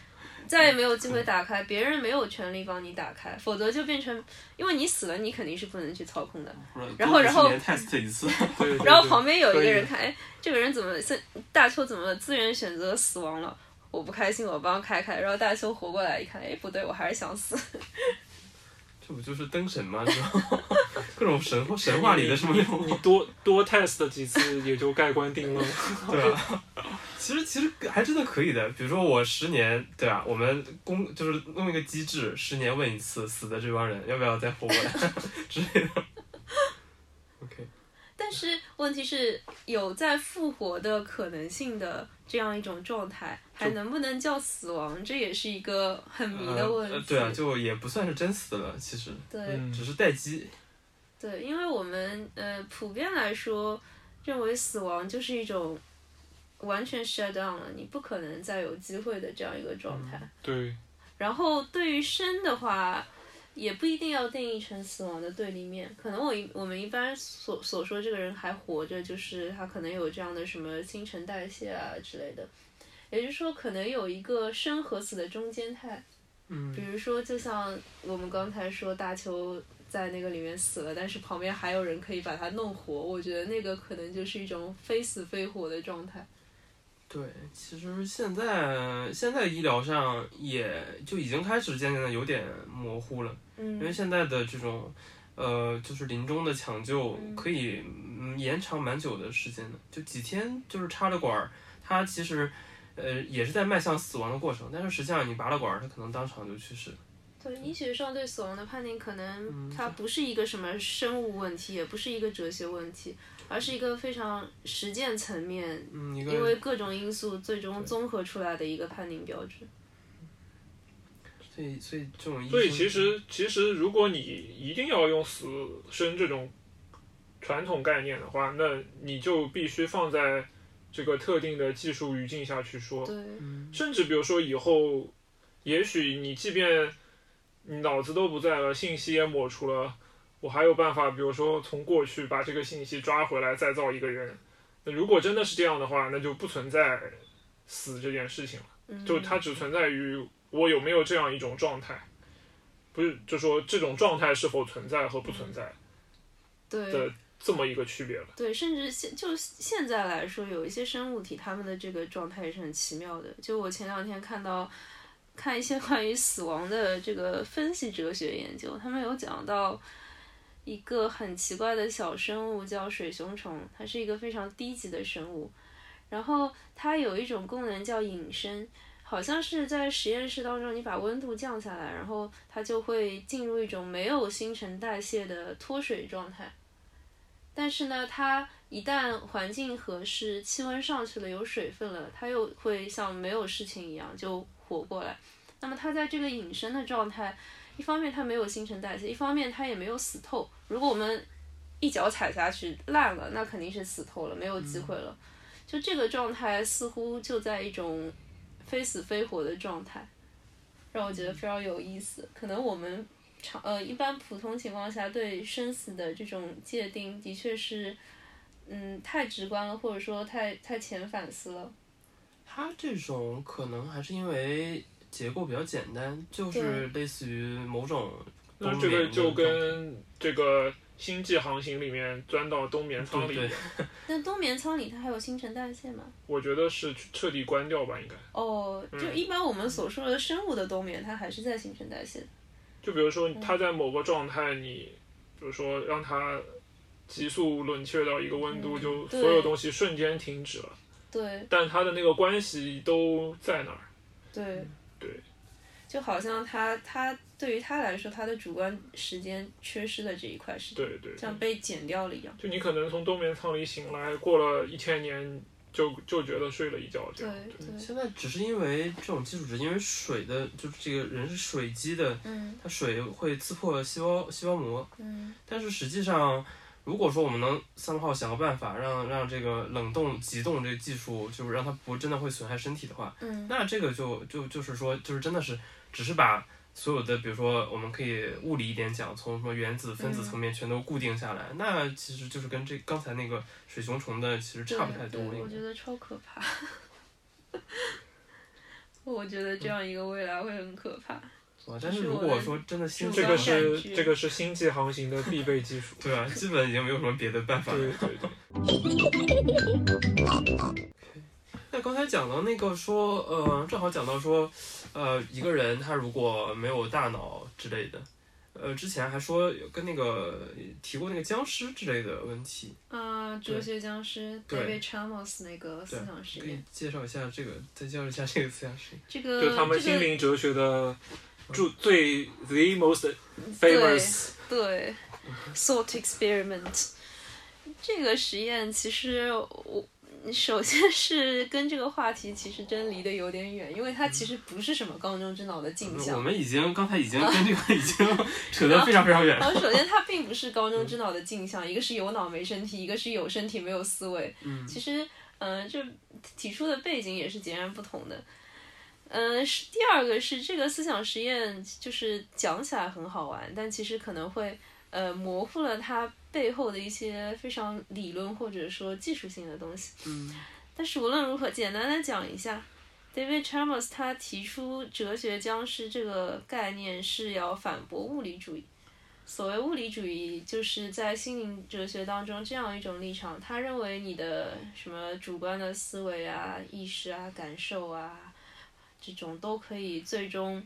Speaker 2: 再也没有机会打开，别人没有权利帮你打开，否则就变成，因为你死了，你肯定是不能去操控的。然后然后
Speaker 1: 连 test 一
Speaker 2: *laughs*
Speaker 1: 次，
Speaker 3: 对对对
Speaker 2: 然后旁边有一
Speaker 3: 可
Speaker 2: 个
Speaker 3: 以
Speaker 2: 人看，哎，这个人怎么是大邱怎么自愿选择死亡了？我不开心，我帮开开。然后大邱活过来一看，哎，不对，我还是想死。 *laughs*
Speaker 1: 这不就是灯神吗？是吧？各种神话神话里的什么那种
Speaker 3: 你多多 test 几次也就盖棺定论了。
Speaker 1: 对啊， *laughs* 其实其实还真的可以的。比如说我十年，对啊，我们公就是弄一个机制，十年问一次死的这帮人要不要再活过来之类的。OK，
Speaker 2: 但是问题是，有在复活的可能性的这样一种状态，还能不能叫死亡？这也是一个很迷的问
Speaker 1: *laughs*
Speaker 2: 题。
Speaker 1: 呃对啊，就也不算是真死了，其实
Speaker 2: *laughs* 对
Speaker 3: 嗯，
Speaker 1: 只是待机。
Speaker 2: 对，因为我们呃普遍来说认为死亡就是一种完全 shut down 了，你不可能再有机会的这样一个状态。
Speaker 3: 对，
Speaker 2: 然后对于生的话，也不一定要定义成死亡的对立面。可能我一我们一般所所说这个人还活着，就是他可能有这样的什么新陈代谢啊之类的。也就是说，可能有一个生和死的中间态。
Speaker 1: 嗯
Speaker 2: 比如说，就像我们刚才说大邱在那个里面死了，但是旁边还有人可以把他弄活，我觉得那个可能就是一种非死非活的状态。
Speaker 1: 对，其实现在现在医疗上也就已经开始渐渐的有点模糊了。因为
Speaker 2: 嗯，
Speaker 1: 现在的这种，呃，就是临终的抢救
Speaker 2: 嗯
Speaker 1: 可以嗯延长蛮久的时间的，就几天就是插了管儿，它其实，呃，也是在迈向死亡的过程，但是实际上你拔了管儿，它可能当场就去世了。
Speaker 2: 对，医学上对死亡的判定，可能
Speaker 1: 嗯
Speaker 2: 它不是一个什么生物问题，也不是一个哲学问题，而是一个非常实践层面，
Speaker 1: 嗯，一
Speaker 2: 因为
Speaker 1: 个，
Speaker 2: 各种因素最终
Speaker 1: 对
Speaker 2: 综合出来的一个判定标准。
Speaker 1: 所以所以这种医
Speaker 3: 所以
Speaker 1: 生
Speaker 3: 其实其实如果你一定要用死生这种传统概念的话，那你就必须放在这个特定的技术语境下去说。
Speaker 2: 对，
Speaker 1: 嗯
Speaker 3: 甚至比如说以后，也许你即便你脑子都不在了，信息也抹除了，我还有办法，比如说从过去把这个信息抓回来，再造一个人。那如果真的是这样的话，那就不存在死这件事情了，
Speaker 2: 嗯，
Speaker 3: 就它只存在于我有没有这样一种状态，不是就说这种状态是否存在和不存在
Speaker 2: 对
Speaker 3: 的这么一个区别了。
Speaker 2: 对，甚至现就现在来说，有一些生物体，它们的这个状态也是很奇妙的。就我前两天看到看一些 *laughs* 关于死亡的这个分析哲学研究，他们有讲到一个很奇怪的小生物叫水熊虫，它是一个非常低级的生物，然后它有一种功能叫隐身。好像是在实验室当中，你把温度降下来，然后它就会进入一种没有新陈代谢的脱水状态。但是呢，它一旦环境合适，气温上去了，有水分了，它又会像没有事情一样就活过来。那么它在这个隐身的状态，一方面它没有新陈代谢，一方面它也没有死透。如果我们一脚踩下去烂了，那肯定是死透了，没有机会了。就这个状态似乎就在一种非死非活的状态，让我觉得非常有意思。可能我们常呃，一般普通情况下对生死的这种界定，的确是，嗯，太直观了，或者说太太浅反思了。
Speaker 1: 它这种可能还是因为结构比较简单，就是类似于某种冬
Speaker 3: 那
Speaker 1: 眠
Speaker 3: 这个
Speaker 1: 的
Speaker 3: 就
Speaker 1: 状态
Speaker 3: 跟这个《星际航行》里面钻到冬眠舱里
Speaker 1: 对
Speaker 3: 面
Speaker 1: 对。
Speaker 2: 那冬眠舱里它还有新陈代谢吗？
Speaker 3: 我觉得是彻底关掉吧，应该。
Speaker 2: 哦，就
Speaker 3: 嗯
Speaker 2: 一般我们所说的生物的冬眠，它还是在新陈代谢的。
Speaker 3: 就比如说，
Speaker 2: 嗯
Speaker 3: 它在某个状态，你比如说让它急速冷却到一个温度，
Speaker 2: 嗯
Speaker 3: 就
Speaker 2: 对呃
Speaker 3: 所有东西瞬间停止了，
Speaker 2: 对
Speaker 3: 但它的那个关系都在那儿。
Speaker 2: 对
Speaker 3: 对，
Speaker 2: 就好像它它对于它来说，它的主观时间缺失的这一块是
Speaker 3: 对对，
Speaker 2: 像被剪掉了一样。
Speaker 3: 就你可能从冬眠舱里醒来，过了一千年就就觉得睡了一觉这
Speaker 2: 对
Speaker 3: 样。
Speaker 2: 对，
Speaker 1: 现在只是因为这种基础值，因为水的，就是这个人是水基的，
Speaker 2: 嗯
Speaker 1: 它水会刺破细胞细胞膜，
Speaker 2: 嗯
Speaker 1: 但是实际上，如果说我们能三号想个办法让让这个冷冻急冻这个技术，就是让它不真的会损害身体的话，
Speaker 2: 嗯
Speaker 1: 那这个就就就是说就是真的是只是把所有的，比如说我们可以物理一点讲，从什么原子、分子层面全都固定下来，那其实就是跟这刚才那个水熊虫的其实差不太多
Speaker 2: 对。对
Speaker 1: 应
Speaker 2: 我
Speaker 1: 该
Speaker 2: 觉得超可怕。我觉得这样一个未来会很可怕。
Speaker 1: 哇，但是
Speaker 2: 是
Speaker 1: 如
Speaker 2: 我
Speaker 1: 果
Speaker 2: 的
Speaker 1: 说真的新
Speaker 2: 主
Speaker 1: 技
Speaker 3: 这
Speaker 1: 能。
Speaker 3: 个
Speaker 2: 观感
Speaker 3: 是
Speaker 2: 知
Speaker 3: 这个是星际航行的必备技术
Speaker 1: 对啊，基本已经没有什么别的办法
Speaker 3: *laughs* 对
Speaker 1: 了。
Speaker 3: 对对，
Speaker 1: 那刚才讲到那个说，呃，正好讲到说，呃，一个人他如果没有大脑之类的，呃，之前还说有跟那个提过那个僵尸之类的问题，
Speaker 2: 啊，
Speaker 1: 对
Speaker 2: 哲学僵尸
Speaker 1: 对
Speaker 2: David Chamos 那个思想实
Speaker 1: 可以
Speaker 2: 验，
Speaker 1: 介绍一下这个，再介绍一下这个思想实验。
Speaker 2: 这个
Speaker 3: 就他们心
Speaker 2: 呃这个
Speaker 3: 灵哲学的著最 the most famous
Speaker 2: 对，thought experiment *laughs* 这个实验其实我。首先是跟这个话题其实真离得有点远，因为它其实不是什么缸中之脑的镜
Speaker 1: 我
Speaker 2: 像。
Speaker 1: 们已经刚才已经跟这个已经扯得非常非常
Speaker 2: *laughs*
Speaker 1: 远
Speaker 2: 然。后首先它并不是缸中之脑的镜像，一个是有脑没身体，一个是有身体没有思维。
Speaker 1: 嗯
Speaker 2: 其实，嗯、这提出的背景也是截然不同的。嗯、是第二个是这个思想实验，就是讲起来很好玩，但其实可能会呃模糊了它背后的一些非常理论或者说技术性的东西。
Speaker 1: 嗯
Speaker 2: 但是无论如何，简单的讲一下，David Chalmers 他提出哲学僵尸这个概念是要反驳物理主义。所谓物理主义，就是在心灵哲学当中这样一种立场，他认为你的什么主观的思维啊、意识啊、感受啊，这种都可以最终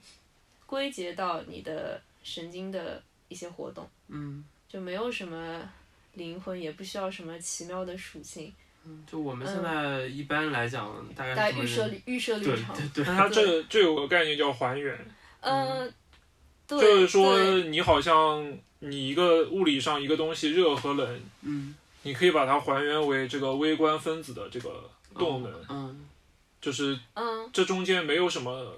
Speaker 2: 归结到你的神经的一些活动。
Speaker 1: 嗯，
Speaker 2: 就没有什么灵魂，也不需要什么奇妙的属性。
Speaker 1: 就我们现在一般来讲，大概
Speaker 2: 大
Speaker 1: 是嗯这
Speaker 2: 家
Speaker 1: 么
Speaker 2: 预设
Speaker 1: 认
Speaker 2: 立预设
Speaker 1: 对
Speaker 2: 立场，
Speaker 1: 对对，
Speaker 3: 那它这就有个概念叫还原，
Speaker 2: 呃，对，
Speaker 3: 就是
Speaker 2: 对
Speaker 3: 说你好像你一个物理上一个东西热和冷，
Speaker 1: 嗯
Speaker 3: 你可以把它还原为这个微观分子的这个
Speaker 2: 哦
Speaker 3: 动能，
Speaker 1: 嗯
Speaker 3: 就是
Speaker 2: 嗯，
Speaker 3: 这中间没有什么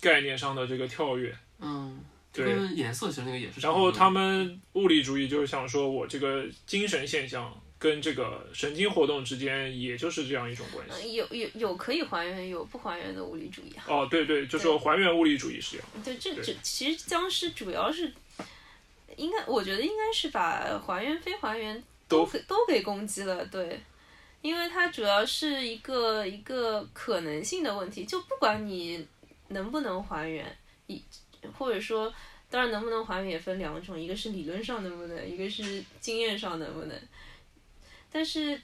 Speaker 3: 概念上的这个跳跃。
Speaker 1: 嗯，就
Speaker 3: 对，
Speaker 1: 跟颜色其实那个也是差
Speaker 3: 然
Speaker 1: 不多
Speaker 3: 后
Speaker 1: 的。
Speaker 3: 他们物理主义就是想说，我这个精神现象跟这个神经活动之间，也就是这样一种关系。
Speaker 2: 呃有有有可以还原，有不还原的物理主义啊。
Speaker 3: 哦，对对，就
Speaker 2: 对
Speaker 3: 说还原物理主义是这样。
Speaker 2: 对，这
Speaker 3: 对
Speaker 2: 这其实僵尸主要是。应该，我觉得应该是把还原、非还原
Speaker 3: 都
Speaker 2: 给都给攻击了，对，因为它主要是一个一个可能性的问题，就不管你能不能还原，一或者说，当然能不能还原也分两种，一个是理论上能不能，一个是经验上能不能，但是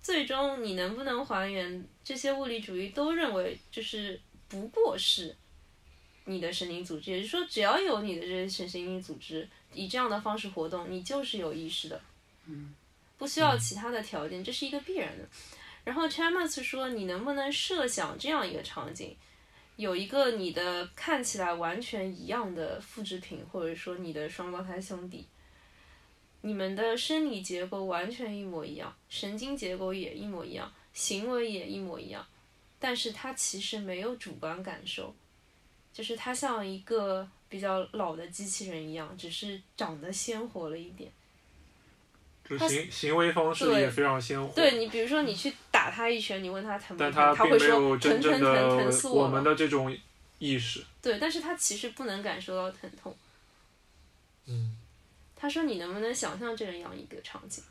Speaker 2: 最终你能不能还原，这些物理主义都认为就是不过是。你的神经组织，也就是说，只要有你的这些神经组织以这样的方式活动，你就是有意识的。不需要其他的条件，这是一个必然的。然后 Chalmers 说，你能不能设想这样一个场景，有一个你的看起来完全一样的复制品，或者说你的双胞胎兄弟，你们的生理结构完全一模一样，神经结构也一模一样，行为也一模一样，但是它其实没有主观感受，就是它像一个比较老的机器人一样，只是长得鲜活了一点。
Speaker 3: 就
Speaker 2: 它
Speaker 3: 行行为方式
Speaker 2: 对
Speaker 3: 也非常鲜活，
Speaker 2: 对你，比如说你去打他一拳，你问他疼不
Speaker 3: 但
Speaker 2: 疼，
Speaker 3: 它
Speaker 2: 他
Speaker 3: 并
Speaker 2: 会
Speaker 3: 没
Speaker 2: 说
Speaker 3: 有
Speaker 2: 疼
Speaker 3: 真
Speaker 2: 疼
Speaker 3: 正
Speaker 2: 疼
Speaker 3: 的
Speaker 2: 疼死
Speaker 3: 我
Speaker 2: 了。
Speaker 3: 们的这种意识。
Speaker 2: 对，但是他其实不能感受到疼痛。
Speaker 3: 嗯，
Speaker 2: 他说你能不能想象这样一个场景？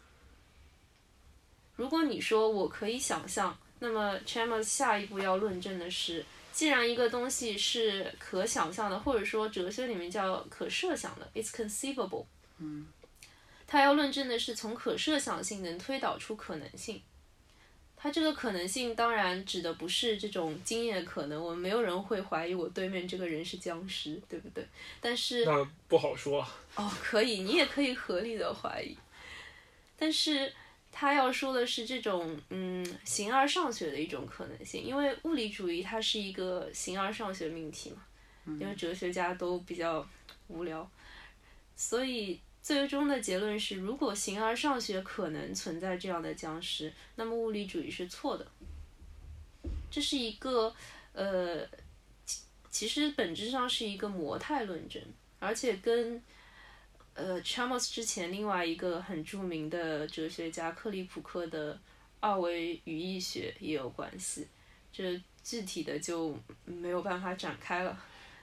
Speaker 2: 如果你说我可以想象，那么 Chalmers 下一步要论证的是，既然一个东西是可想象的，或者说哲学里面叫可设想的，it's conceivable。嗯，他要论证的是从可设想性能推导出可能性。他这个可能性当然指的不是这种经验可能，我们没有人会怀疑我对面这个人是僵尸，对不对？但是
Speaker 3: 那不好说啊。
Speaker 2: 哦，可以，你也可以合理的怀疑，但是他要说的是这种嗯形而上学的一种可能性，因为物理主义它是一个形而上学命题嘛，因为哲学家都比较无聊，所以最终的结论是，如果形而上学可能存在这样的僵尸，那么物理主义是错的。这是一个呃，其其实本质上是一个模态论证，而且跟呃 Chalmers 之前另外一个很著名的哲学家克利普克的二维语义学也有关系，这具体的就没有办法展开了。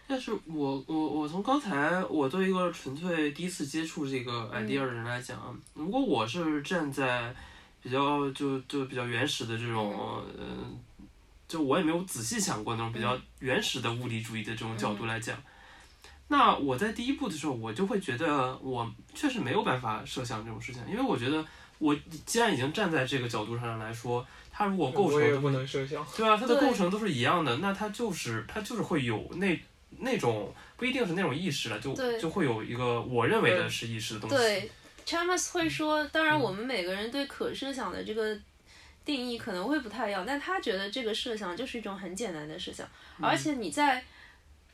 Speaker 1: 但是我我我从刚才我作为一个纯粹第一次接触这个 idea 的人来讲，啊，如果我是站在比较就就比较原始的这种，呃，就我也没有仔细想过那种比较原始的物理主义的这种角度来讲，那我在第一步的时候，我就会觉得我确实没有办法设想这种事情，因为我觉得我既然已经站在这个角度上来说，它如果构成
Speaker 3: 我也不能设想。
Speaker 1: 对啊，它的
Speaker 2: 对
Speaker 1: 构成都是一样的，那它就是它就是会有那那种不一定是那种意识了，就
Speaker 2: 对
Speaker 1: 就会有一个我认为的
Speaker 3: 对
Speaker 1: 是意识的东西。
Speaker 2: 对，Chalmers 会说，当然我们每个人对可设想的这个定义可能会不太一样，但他觉得这个设想就是一种很简单的设想，
Speaker 1: 嗯
Speaker 2: 而且你在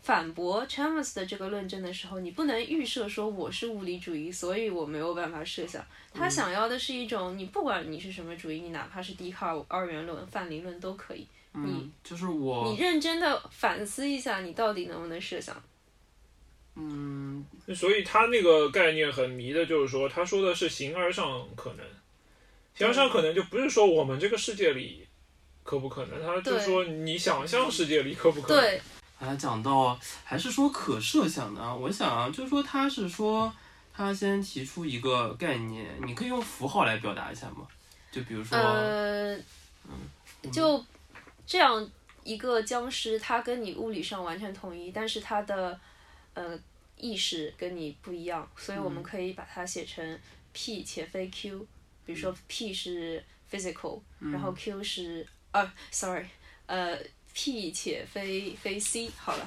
Speaker 2: 反驳 Chalmers 的这个论证的时候，你不能预设说我是物理主义，所以我没有办法设想。他想要的是一种，你不管你是什么主义，你哪怕是笛卡尔二元论、泛灵论都可以，
Speaker 1: 嗯
Speaker 2: 你，
Speaker 1: 就是
Speaker 2: 你
Speaker 1: 我，
Speaker 2: 认真的反思一下，你到底能不能设想。
Speaker 1: 嗯，
Speaker 4: 所以他那个概念很迷的，就是说他说的是形而上可能，形而上可能就不是说我们这个世界里可不可能，他就是说你想象世界里可不可能。
Speaker 2: 对，
Speaker 1: 还讲到还是说可设想的啊，我想啊，就是说他是说他先提出一个概念，你可以用符号来表达一下吗？就比如说，嗯
Speaker 2: 呃，就这样一个僵尸，他跟你物理上完全统一，但是他的呃意识跟你不一样，所以我们可以把它写成 P 且非 Q。
Speaker 1: 嗯
Speaker 2: 比如说 P 是 physical，、然后 Q 是啊，sorry，呃 P 且非非 C 好了。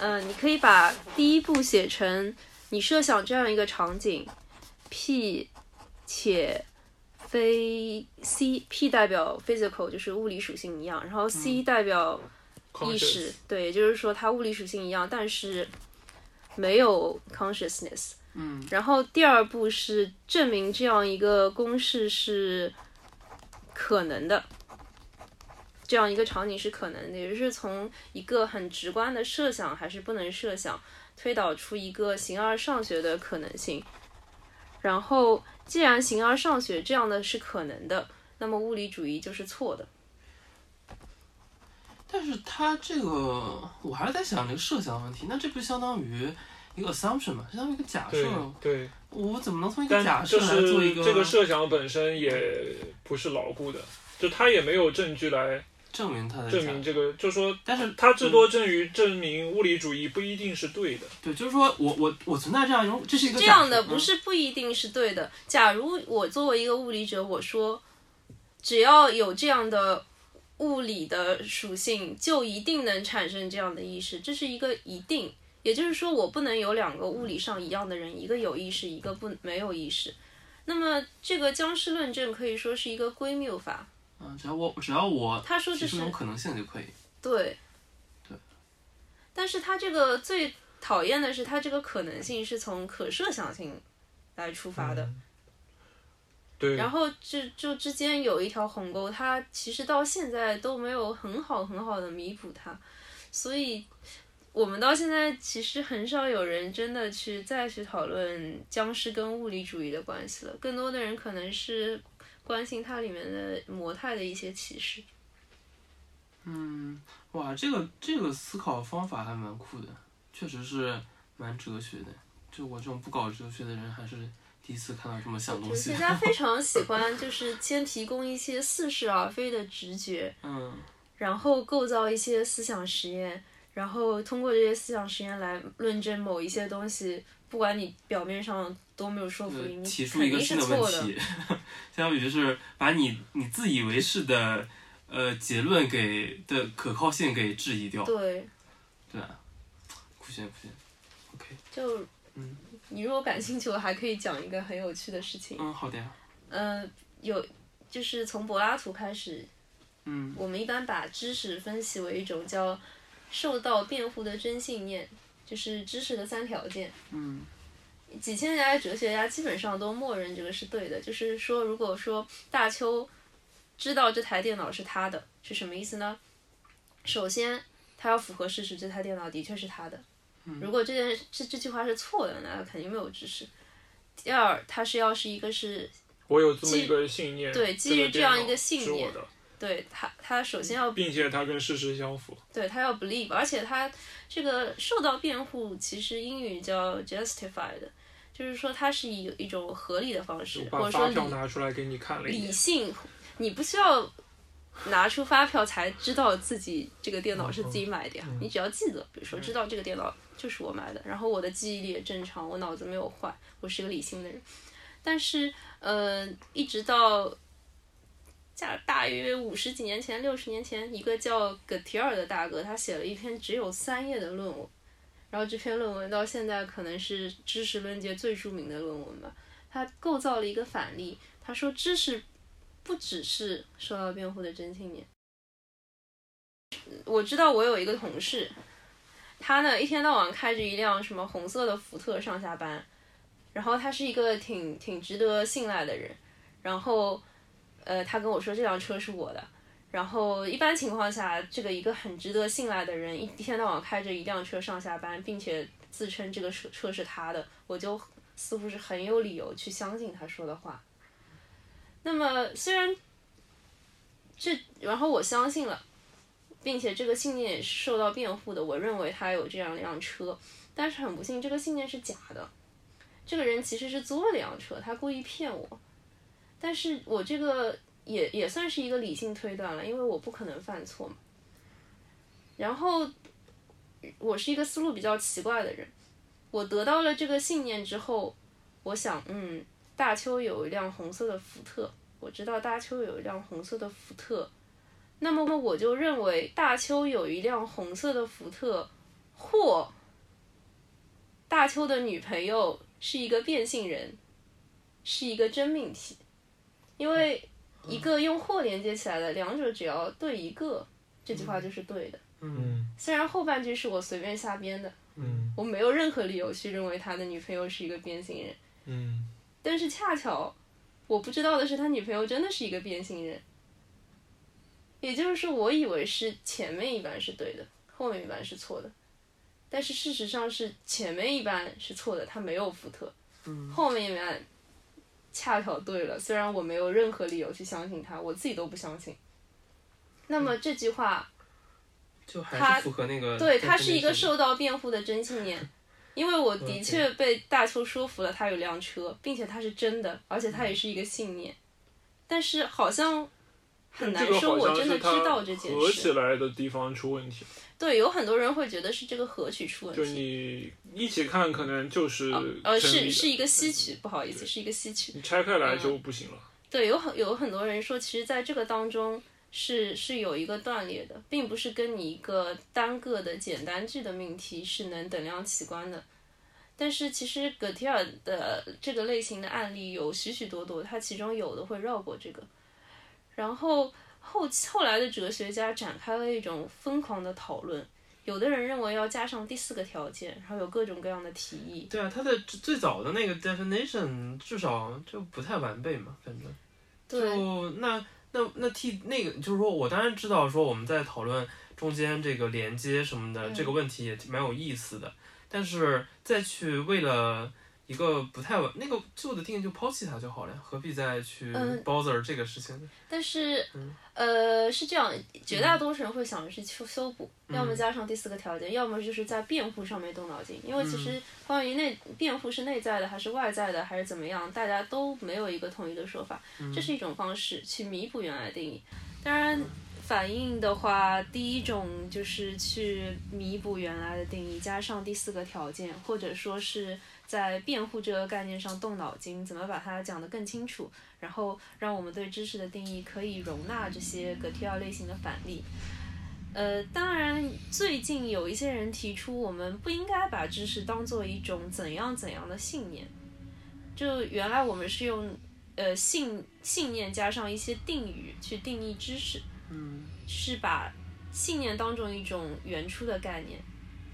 Speaker 2: 嗯、你可以把第一步写成你设想这样一个场景，P 且非 C P 代表 physical 就是物理属性一样，然后 C 代表意识，对，也就是说它物理属性一样，但是没有 consciousness。
Speaker 1: 嗯，
Speaker 2: 然后第二步是证明这样一个公式是可能的，这样一个场景是可能的，也就是从一个很直观的设想还是不能设想，推导出一个形而上学的可能性。然后，既然形而上学这样的是可能的，那么物理主义就是错的。
Speaker 1: 但是它这个，我还是在想这个设想问题。那这不相当于一个 assumption 嘛，相当于一个假
Speaker 3: 对
Speaker 1: 设了。
Speaker 3: 对，
Speaker 1: 我怎么能从一个假
Speaker 4: 但
Speaker 1: 设
Speaker 4: 就
Speaker 1: 来做一
Speaker 4: 是
Speaker 1: 个
Speaker 4: 这个设想本身也不是牢固的，就他也没有证据来
Speaker 1: 证明它的
Speaker 4: 证
Speaker 1: 假
Speaker 4: 明？这个，就说
Speaker 1: 但是嗯
Speaker 4: 他至多证于证明物理主义不一定是对的。
Speaker 1: 对，就是说我我我存在这样一种，这是一个
Speaker 2: 这
Speaker 1: 假设嗯
Speaker 2: 样的不是不一定是对的。假如我作为一个物理者，我说，只要有这样的物理的属性，就一定能产生这样的意识，这是一个一定。也就是说，我不能有两个物理上一样的人，一个有意识，一个不没有意识。那么，这个僵尸论证可以说是一个归谬法。
Speaker 1: 嗯，只要我只要我
Speaker 2: 他说
Speaker 1: 提
Speaker 2: 这
Speaker 1: 出
Speaker 2: 是
Speaker 1: 一种可能性就可以。
Speaker 2: 对，
Speaker 1: 对。
Speaker 2: 但是它这个最讨厌的是，它这个可能性是从可设想性来出发的，
Speaker 4: 嗯
Speaker 3: 对，
Speaker 2: 然后这就之间有一条鸿沟，它其实到现在都没有很好很好的弥补它，所以我们到现在其实很少有人真的去再去讨论僵尸跟物理主义的关系了，更多的人可能是关心它里面的模态的一些启示。
Speaker 1: 嗯，哇，这个这个思考方法还蛮酷的，确实是蛮哲学的。就我这种不搞哲学的人，还是第一次看到这么想东
Speaker 2: 哲
Speaker 1: 西
Speaker 2: 学
Speaker 1: 的。
Speaker 2: 家非常喜欢，就是 *laughs* 先提供一些似是而非的直觉，
Speaker 1: 嗯，
Speaker 2: 然后构造一些思想实验，然后通过这些思想实验来论证某一些东西，不管你表面上多没有说服力，
Speaker 1: 对，
Speaker 2: 你
Speaker 1: 呃提出
Speaker 2: 肯
Speaker 1: 一个
Speaker 2: 定
Speaker 1: 新
Speaker 2: 是
Speaker 1: 的问
Speaker 2: 错的。
Speaker 1: 题， *laughs* 相当于就是把你你自以为是的呃结论给的可靠性给质疑掉，
Speaker 2: 对，
Speaker 1: 对吧？酷炫酷炫，OK，
Speaker 2: 就
Speaker 1: 嗯
Speaker 2: 你如果感兴趣，我还可以讲一个很有趣的事情。
Speaker 1: 嗯，好的呀，
Speaker 2: 嗯、有就是从柏拉图开始，
Speaker 1: 嗯
Speaker 2: 我们一般把知识分析为一种叫受到辩护的真信念，就是知识的三条件。
Speaker 1: 嗯
Speaker 2: 几千年来哲学家基本上都默认这个是对的，就是说，如果说大邱知道这台电脑是他的，是什么意思呢？首先，他要符合事实，这台电脑的确是他的。
Speaker 1: 嗯
Speaker 2: 如果这件这这句话是错的，那肯定没有知识。第二，他是要是一个是
Speaker 4: 我有这么一个信念，
Speaker 2: 对基于
Speaker 4: 这个
Speaker 2: 这样
Speaker 4: 电脑
Speaker 2: 一个信念
Speaker 4: 是我的，
Speaker 2: 对他，他首先要
Speaker 4: 并且它跟事实相符。
Speaker 2: 对他要 believe，而且他这个受到辩护，其实英语叫 justified，就是说它是以一种合理的方式，
Speaker 4: 把
Speaker 2: 或者
Speaker 4: 发
Speaker 2: 说
Speaker 4: 票
Speaker 2: 理
Speaker 4: 拿出来给你看了一
Speaker 2: 理
Speaker 4: 眼，
Speaker 2: 性，你不需要拿出发票才知道自己这个电脑是自己买的呀，你只要记得，比如说知道这个电脑就是我买的，然后我的记忆力也正常，我脑子没有坏，我是一个理性的人。但是，呃，一直到大大约五十几年前、六十年前，一个叫葛提尔的大哥，他写了一篇只有三页的论文，然后这篇论文到现在可能是知识论界最著名的论文吧。他构造了一个反例，他说知识不只是受到辩护的真青年。我知道我有一个同事，他呢一天到晚开着一辆什么红色的福特上下班，然后他是一个挺挺值得信赖的人，然后呃他跟我说这辆车是我的。然后一般情况下，这个一个很值得信赖的人，一一天到晚开着一辆车上下班，并且自称这个车车是他的，我就似乎是很有理由去相信他说的话。那么虽然这，然后我相信了，并且这个信念也是受到辩护的，我认为他有这样一辆车，但是很不幸，这个信念是假的。这个人其实是租了辆车，他故意骗我。但是我这个也也算是一个理性推断了，因为我不可能犯错嘛。然后我是一个思路比较奇怪的人，我得到了这个信念之后，我想，嗯，大邱有一辆红色的福特，我知道大邱有一辆红色的福特，那么我就认为大邱有一辆红色的福特，或大邱的女朋友是一个变性人，是一个真命题，因为一个用或连接起来的，两者只要对一个，这句话就是对的。
Speaker 1: 嗯
Speaker 2: 虽然后半句是我随便瞎编的，
Speaker 1: 嗯
Speaker 2: 我没有任何理由去认为他的女朋友是一个变性人。
Speaker 4: 嗯，
Speaker 2: 但是恰巧我不知道的是，他女朋友真的是一个变性人。也就是说，我以为是前面一半是对的，后面一半是错的，但是事实上是前面一半是错的，他没有福特，
Speaker 1: 嗯
Speaker 2: 后面一半恰巧对了。虽然我没有任何理由去相信他，我自己都不相信。那么这句话。
Speaker 1: 就还
Speaker 2: 他
Speaker 1: 是符合那个
Speaker 2: 对
Speaker 1: 在
Speaker 2: 他
Speaker 1: 分
Speaker 2: 是一
Speaker 1: 类上
Speaker 2: 个受到辩护的真青年，因为我的
Speaker 1: OK
Speaker 2: 确被大邱说服了，他有辆车，并且他是真的，而且他
Speaker 4: 嗯
Speaker 2: 也是一个信念，但是好像很难
Speaker 4: 嗯这个
Speaker 2: 说
Speaker 4: 好
Speaker 2: 我
Speaker 4: 像
Speaker 2: 真的
Speaker 4: 是
Speaker 2: 知
Speaker 4: 它
Speaker 2: 道这件
Speaker 4: 合起
Speaker 2: 事。
Speaker 4: 来的地方出问题，
Speaker 2: 对，有很多人会觉得是这个合曲出问
Speaker 4: 就
Speaker 2: 题，
Speaker 4: 你一起看可能就是
Speaker 2: 哦呃
Speaker 4: 成立
Speaker 2: 是
Speaker 4: 的
Speaker 2: 是一个嗯吸取，不好意思，
Speaker 4: 对
Speaker 2: 是一个吸取。
Speaker 4: 你拆开来就不行了。
Speaker 2: 对，有很有很多人说，其实在这个当中是是有一个断裂的，并不是跟你一个单个的简单句的命题是能等量齐观的。但是其实葛提尔的这个类型的案例有许许多多，它其中有的会绕过这个。然后后后来的哲学家展开了一种疯狂的讨论，有的人认为要加上第四个条件，然后有各种各样的提议。
Speaker 1: 对啊，他的最最早的那个 definition 至少就不太完备嘛，反正
Speaker 2: 对
Speaker 1: 就那那那替那个就是说我当然知道说我们在讨论中间这个连接什么的、
Speaker 2: 嗯
Speaker 1: 这个问题也蛮有意思的，但是再去为了一个不太完那个旧的定义就抛弃它就好了呀，何必再去
Speaker 2: 嗯
Speaker 1: bother 这个事情呢？
Speaker 2: 但是
Speaker 1: 嗯，
Speaker 2: 呃，是这样，绝大多数人会想的是修修补，
Speaker 1: 嗯
Speaker 2: 要么加上第四个条件，要么就是在辩护上面动脑筋。因为其
Speaker 1: 嗯
Speaker 2: 实关于内辩护是内在的还是外在的还是怎么样，大家都没有一个统一的说法。
Speaker 1: 嗯
Speaker 2: 这是一种方式去弥补原来的定义。当然，反应的话，第一种就是去弥补原来的定义，加上第四个条件，或者说是在辩护这个概念上动脑筋，怎么把它讲得更清楚。然后让我们对知识的定义可以容纳这些葛提奥类型的反例。呃，当然，最近有一些人提出，我们不应该把知识当做一种怎样怎样的信念。就原来我们是用呃信信念加上一些定语去定义知识，
Speaker 1: 嗯
Speaker 2: 是把信念当中一种原初的概念。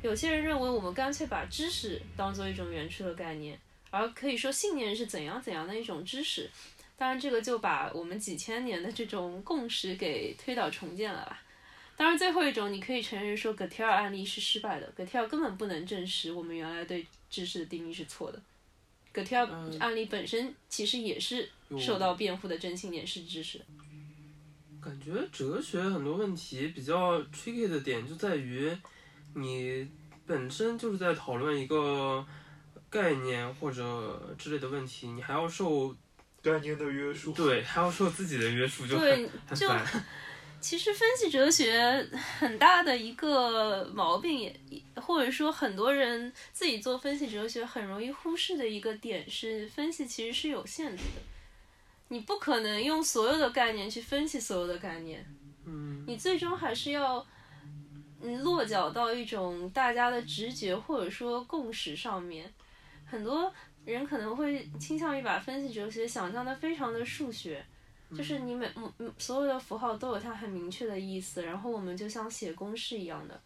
Speaker 2: 有些人认为我们干脆把知识当做一种原初的概念，而可以说信念是怎样怎样的一种知识。当然，这个就把我们几千年的这种共识给推倒重建了吧。当然，最后一种你可以承认说葛提尔案例是失败的，葛提尔根本不能证实我们原来对知识的定义是错的。葛提尔
Speaker 1: 嗯
Speaker 2: 案例本身其实也是
Speaker 1: 有
Speaker 2: 受到辩护的真信念是知识。
Speaker 1: 感觉哲学很多问题比较 tricky 的点就在于，你本身就是在讨论一个概念或者之类的问题，你还要受
Speaker 3: 概念的约束。
Speaker 1: 对，还要受自己的约束就很
Speaker 2: 对，
Speaker 1: 很
Speaker 2: 就
Speaker 1: 烦。
Speaker 2: 其实分析哲学很大的一个毛病也，或者说很多人自己做分析哲学很容易忽视的一个点是，分析其实是有限制的，你不可能用所有的概念去分析所有的概念，
Speaker 1: 嗯，
Speaker 2: 你最终还是要嗯落脚到一种大家的直觉或者说共识上面。很多人可能会倾向于把分析哲学想象的非常的数学，就是你每嗯嗯所有的符号都有它很明确的意思，然后我们就像写公式一样的，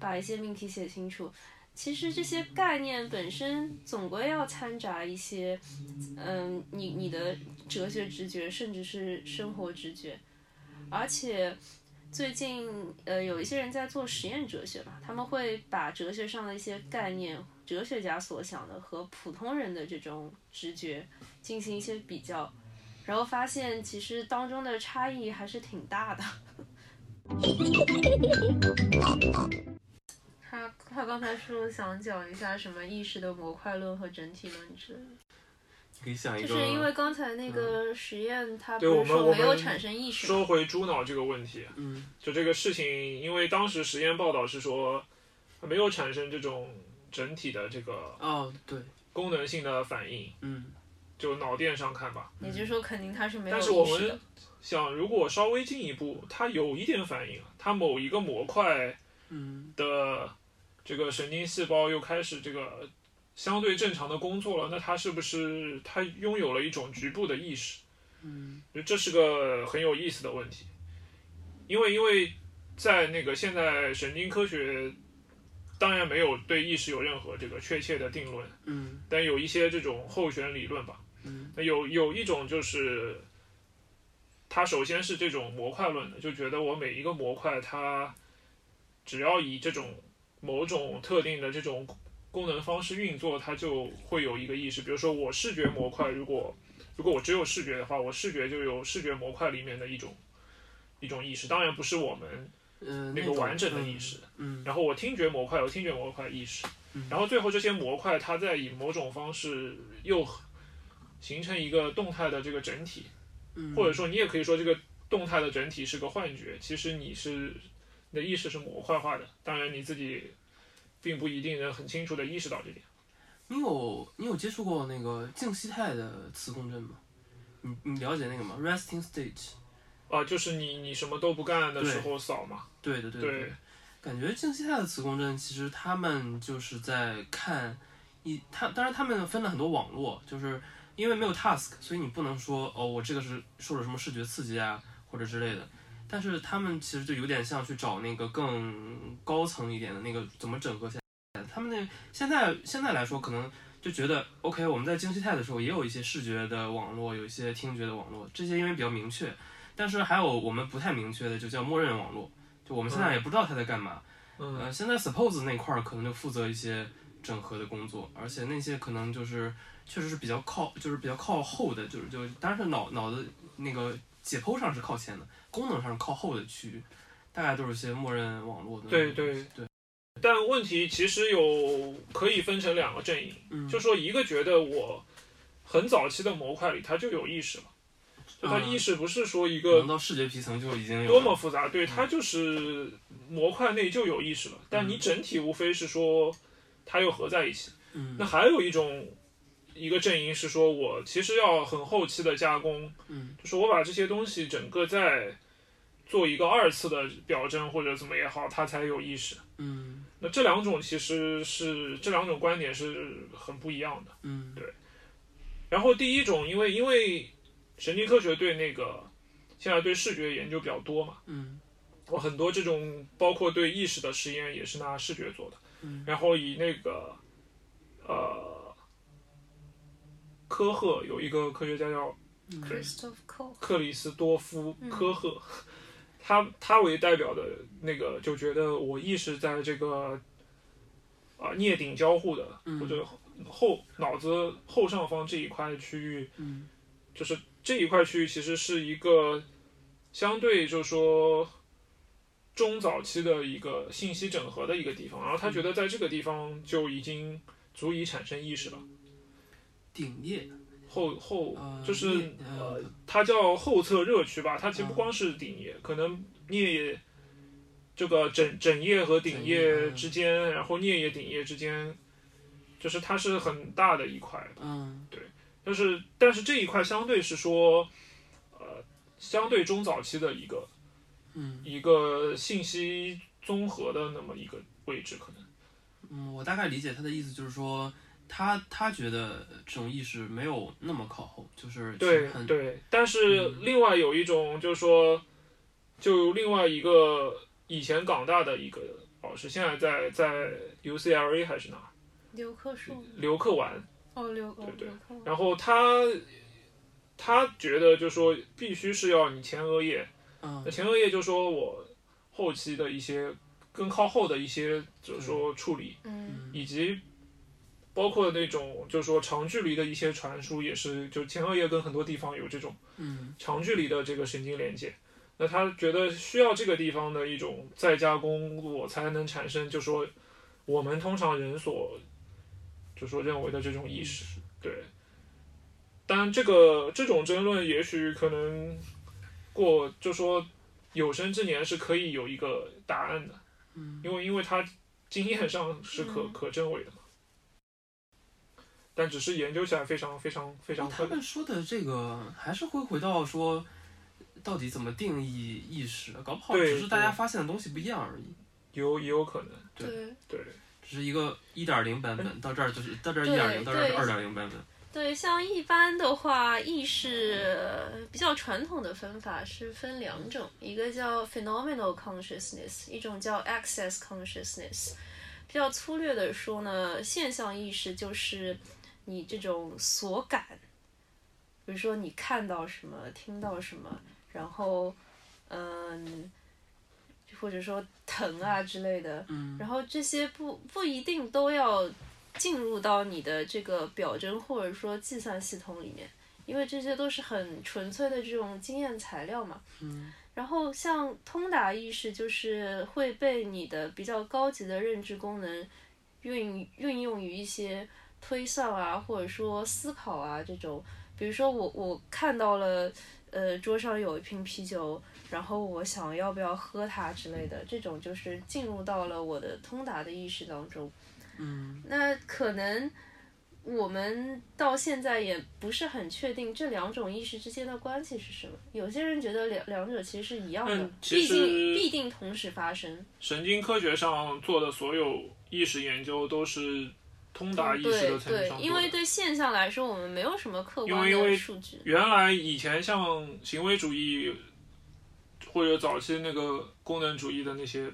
Speaker 2: 把一些命题写清楚。其实这些概念本身总归要掺杂一些，嗯，你你的哲学直觉，甚至是生活直觉，而且最近呃有一些人在做实验哲学嘛，他们会把哲学上的一些概念，哲学家所想的和普通人的这种直觉进行一些比较，然后发现其实当中的差异还是挺大的。他他刚才说想讲一下什么意识的模块论和整体论之类的，
Speaker 1: 你可以想一
Speaker 2: 就
Speaker 1: 个，
Speaker 2: 是因为刚才那个实验，他不
Speaker 5: 对我
Speaker 2: 是
Speaker 5: 们
Speaker 2: 说
Speaker 5: 我
Speaker 2: 没有
Speaker 5: 们
Speaker 2: 产生意识
Speaker 3: 说
Speaker 2: 吗？
Speaker 3: 回猪脑这个问题，
Speaker 1: 嗯
Speaker 3: 就这个事情，因为当时实验报道是说没有产生这种整体的这个
Speaker 1: 哦对，
Speaker 3: 功能性的反应，
Speaker 1: 嗯
Speaker 3: 就脑电上看吧。
Speaker 2: 也就是说，肯定他是没有
Speaker 3: 但是我
Speaker 2: 意识
Speaker 3: 们
Speaker 2: 的。
Speaker 3: 想，如果稍微进一步，它有一点反应，它某一个模块
Speaker 1: 嗯
Speaker 3: 的这个神经细胞又开始这个相对正常的工作了，那它是不是它拥有了一种局部的意识？
Speaker 1: 嗯
Speaker 3: 就这是个很有意思的问题，因为因为在那个现在神经科学，当然没有对意识有任何这个确切的定论，
Speaker 1: 嗯
Speaker 3: 但有一些这种候选理论吧。
Speaker 1: 嗯
Speaker 3: 那有有一种就是，它首先是这种模块论的，就觉得我每一个模块它只要以这种某种特定的这种功能方式运作，它就会有一个意识。比如说我视觉模块，如果如果我只有视觉的话，我视觉就有视觉模块里面的一种一种意识，当然不是我们
Speaker 1: 呃
Speaker 3: 那个
Speaker 1: 种
Speaker 3: 完整的意识。
Speaker 1: 嗯
Speaker 3: 然后我听觉模块有听觉模块意识
Speaker 1: 嗯，
Speaker 3: 然后最后这些模块它再以某种方式又形成一个动态的这个整体，
Speaker 1: 嗯，
Speaker 3: 或者说你也可以说这个动态的整体是个幻觉，其实你是你的意识是模块化的，当然你自己并不一定能很清楚的意识到这点。
Speaker 1: 你有你有接触过那个静息态的磁共振吗？你你了解那个吗？Resting stage。
Speaker 3: 啊，就是你你什么都不干的时候扫嘛，
Speaker 1: 对的，对的。
Speaker 3: 对
Speaker 1: 对的感觉静息态的磁共振，其实他们就是在看一，他当然他们分了很多网络，就是因为没有 task，所以你不能说哦，我这个是受了什么视觉刺激啊，或者之类的。但是他们其实就有点像去找那个更高层一点的那个怎么整合下来。他们那现在现在来说，可能就觉得 OK，我们在静息态的时候也有一些视觉的网络，有一些听觉的网络，这些因为比较明确。但是还有我们不太明确的，就叫默认网络，就我们现在也不知道它在干嘛。
Speaker 3: 嗯，
Speaker 1: 呃，现在 Suppose 那块儿可能就负责一些整合的工作，而且那些可能就是确实是比较靠，就是比较靠后的，就是就当然是脑脑子那个解剖上是靠前的，功能上是靠后的区域，大概都是些默认网络的那
Speaker 3: 对
Speaker 1: 种东
Speaker 3: 对
Speaker 1: 西。对，
Speaker 3: 但问题其实有可以分成两个阵营，
Speaker 1: 嗯，
Speaker 3: 就说一个觉得我很早期的模块里它就有意识了，就它
Speaker 1: 嗯
Speaker 3: 意识不是说一
Speaker 1: 可
Speaker 3: 个
Speaker 1: 能到视觉皮层就已经有
Speaker 3: 多
Speaker 1: 了
Speaker 3: 么复杂，对，它就是模块内就有意识了，
Speaker 1: 嗯
Speaker 3: 但你整体无非是说它又合在一起。
Speaker 1: 嗯
Speaker 3: 那还有一种一个阵营是说我其实要很后期的加工，
Speaker 1: 嗯
Speaker 3: 就是我把这些东西整个再做一个二次的表征或者怎么也好，它才有意识。
Speaker 1: 嗯
Speaker 3: 那这两种其实是这两种观点是很不一样的。
Speaker 1: 嗯
Speaker 3: 对然后第一种，因为因为神经科学对那个现在对视觉研究比较多嘛，
Speaker 1: 嗯
Speaker 3: 我很多这种包括对意识的实验也是拿视觉做的，
Speaker 1: 嗯
Speaker 3: 然后以那个呃科赫有一个科学家叫
Speaker 1: 嗯
Speaker 2: Christoph Koch，
Speaker 3: 克里斯多夫
Speaker 2: 嗯
Speaker 3: 科赫，他他为代表的那个就觉得我意识在这个啊、颞顶交互的
Speaker 1: 嗯
Speaker 3: 或者后脑子后上方这一块区域，
Speaker 1: 嗯
Speaker 3: 就是这一块区域其实是一个相对就是说中早期的一个信息整合的一个地方，然后他觉得在这个地方就已经足以产生意识了。
Speaker 1: 顶裂，
Speaker 3: 后后
Speaker 1: 呃
Speaker 3: 就是
Speaker 1: 裂呃
Speaker 3: 呃，它叫后侧热区吧，它其实不光是顶叶，可能颞叶这个枕枕叶和顶
Speaker 1: 枕叶
Speaker 3: 叶
Speaker 1: 嗯
Speaker 3: 之间，然后颞叶顶叶之间，就是它是很大的一块，
Speaker 1: 嗯
Speaker 3: 但是但是这一块相对是说，呃，相对中早期的一个
Speaker 1: 嗯
Speaker 3: 一个信息综合的那么一个位置，可能
Speaker 1: 嗯，我大概理解他的意思，就是说他他觉得这种意识没有那么靠后，就是
Speaker 3: 对
Speaker 1: 很
Speaker 3: 对，但是另外有一种就是说，就另外一个以前港大的一个老师，现在在在 UCLA 还是哪儿
Speaker 2: 刘克树，
Speaker 3: 刘克完，
Speaker 2: 哦，刘
Speaker 3: 对对
Speaker 2: 刘克树，
Speaker 3: 然后他他觉得就是说必须是要你前额叶，
Speaker 1: 嗯
Speaker 3: 那前额叶就说我后期的一些更靠后的一些就是说处理，
Speaker 2: 嗯
Speaker 3: 以及包括那种就是说长距离的一些传输，也是就前额叶跟很多地方有这种。
Speaker 1: 嗯
Speaker 3: 长距离的这个神经连接。那他觉得需要这个地方的一种再加工，我才能产生，就说我们通常人所就说认为的这种意识。对，但这个这种争论也许可能过，就说有生之年是可以有一个答案的，
Speaker 1: 嗯
Speaker 3: 因为因为他经验上是可、
Speaker 2: 嗯
Speaker 3: 可证伪的嘛。但只是研究起来非常非常非常
Speaker 1: 他
Speaker 3: 困难。
Speaker 1: 们说的这个还是会回到说，到底怎么定义意识？搞不好
Speaker 3: 对
Speaker 1: 只是大家
Speaker 3: 对
Speaker 1: 发现的东西不一样而已，
Speaker 3: 有也有可能，
Speaker 1: 对
Speaker 2: 对。
Speaker 3: 对。
Speaker 1: 只是一个一点零版本，到这儿就是到这儿一
Speaker 2: 对
Speaker 1: 点零，到这儿是
Speaker 2: 对
Speaker 1: 二点零版本。
Speaker 2: 对，像一般的话，意识比较传统的分法是分两种，一个叫 phenomenal consciousness，一种叫 access consciousness。比较粗略的说呢，现象意识就是你这种所感，比如说你看到什么，听到什么，然后嗯，或者说疼啊之类的，
Speaker 1: 嗯
Speaker 2: 然后这些不不一定都要进入到你的这个表征或者说计算系统里面，因为这些都是很纯粹的这种经验材料嘛。
Speaker 1: 嗯
Speaker 2: 然后像通达意识，就是会被你的比较高级的认知功能运运用于一些推算啊，或者说思考啊这种。比如说我我看到了，呃，桌上有一瓶啤酒，然后我想要不要喝它之类的，这种就是进入到了我的通达的意识当中。
Speaker 1: 嗯
Speaker 2: 那可能我们到现在也不是很确定这两种意识之间的关系是什么。有些人觉得两两者其实是一样的，
Speaker 3: 嗯其
Speaker 2: 毕竟
Speaker 3: 实
Speaker 2: 必定同时发生。
Speaker 3: 神经科学上做的所有意识研究都是通达意识
Speaker 2: 嗯对
Speaker 3: 的层面上做
Speaker 2: 对，
Speaker 3: 的。
Speaker 2: 因为对现象来说，我们没有什么客观
Speaker 3: 因为因
Speaker 2: 的
Speaker 3: 为
Speaker 2: 数据。
Speaker 3: 原来以前像行为主义或者早期那个功能主义的那些，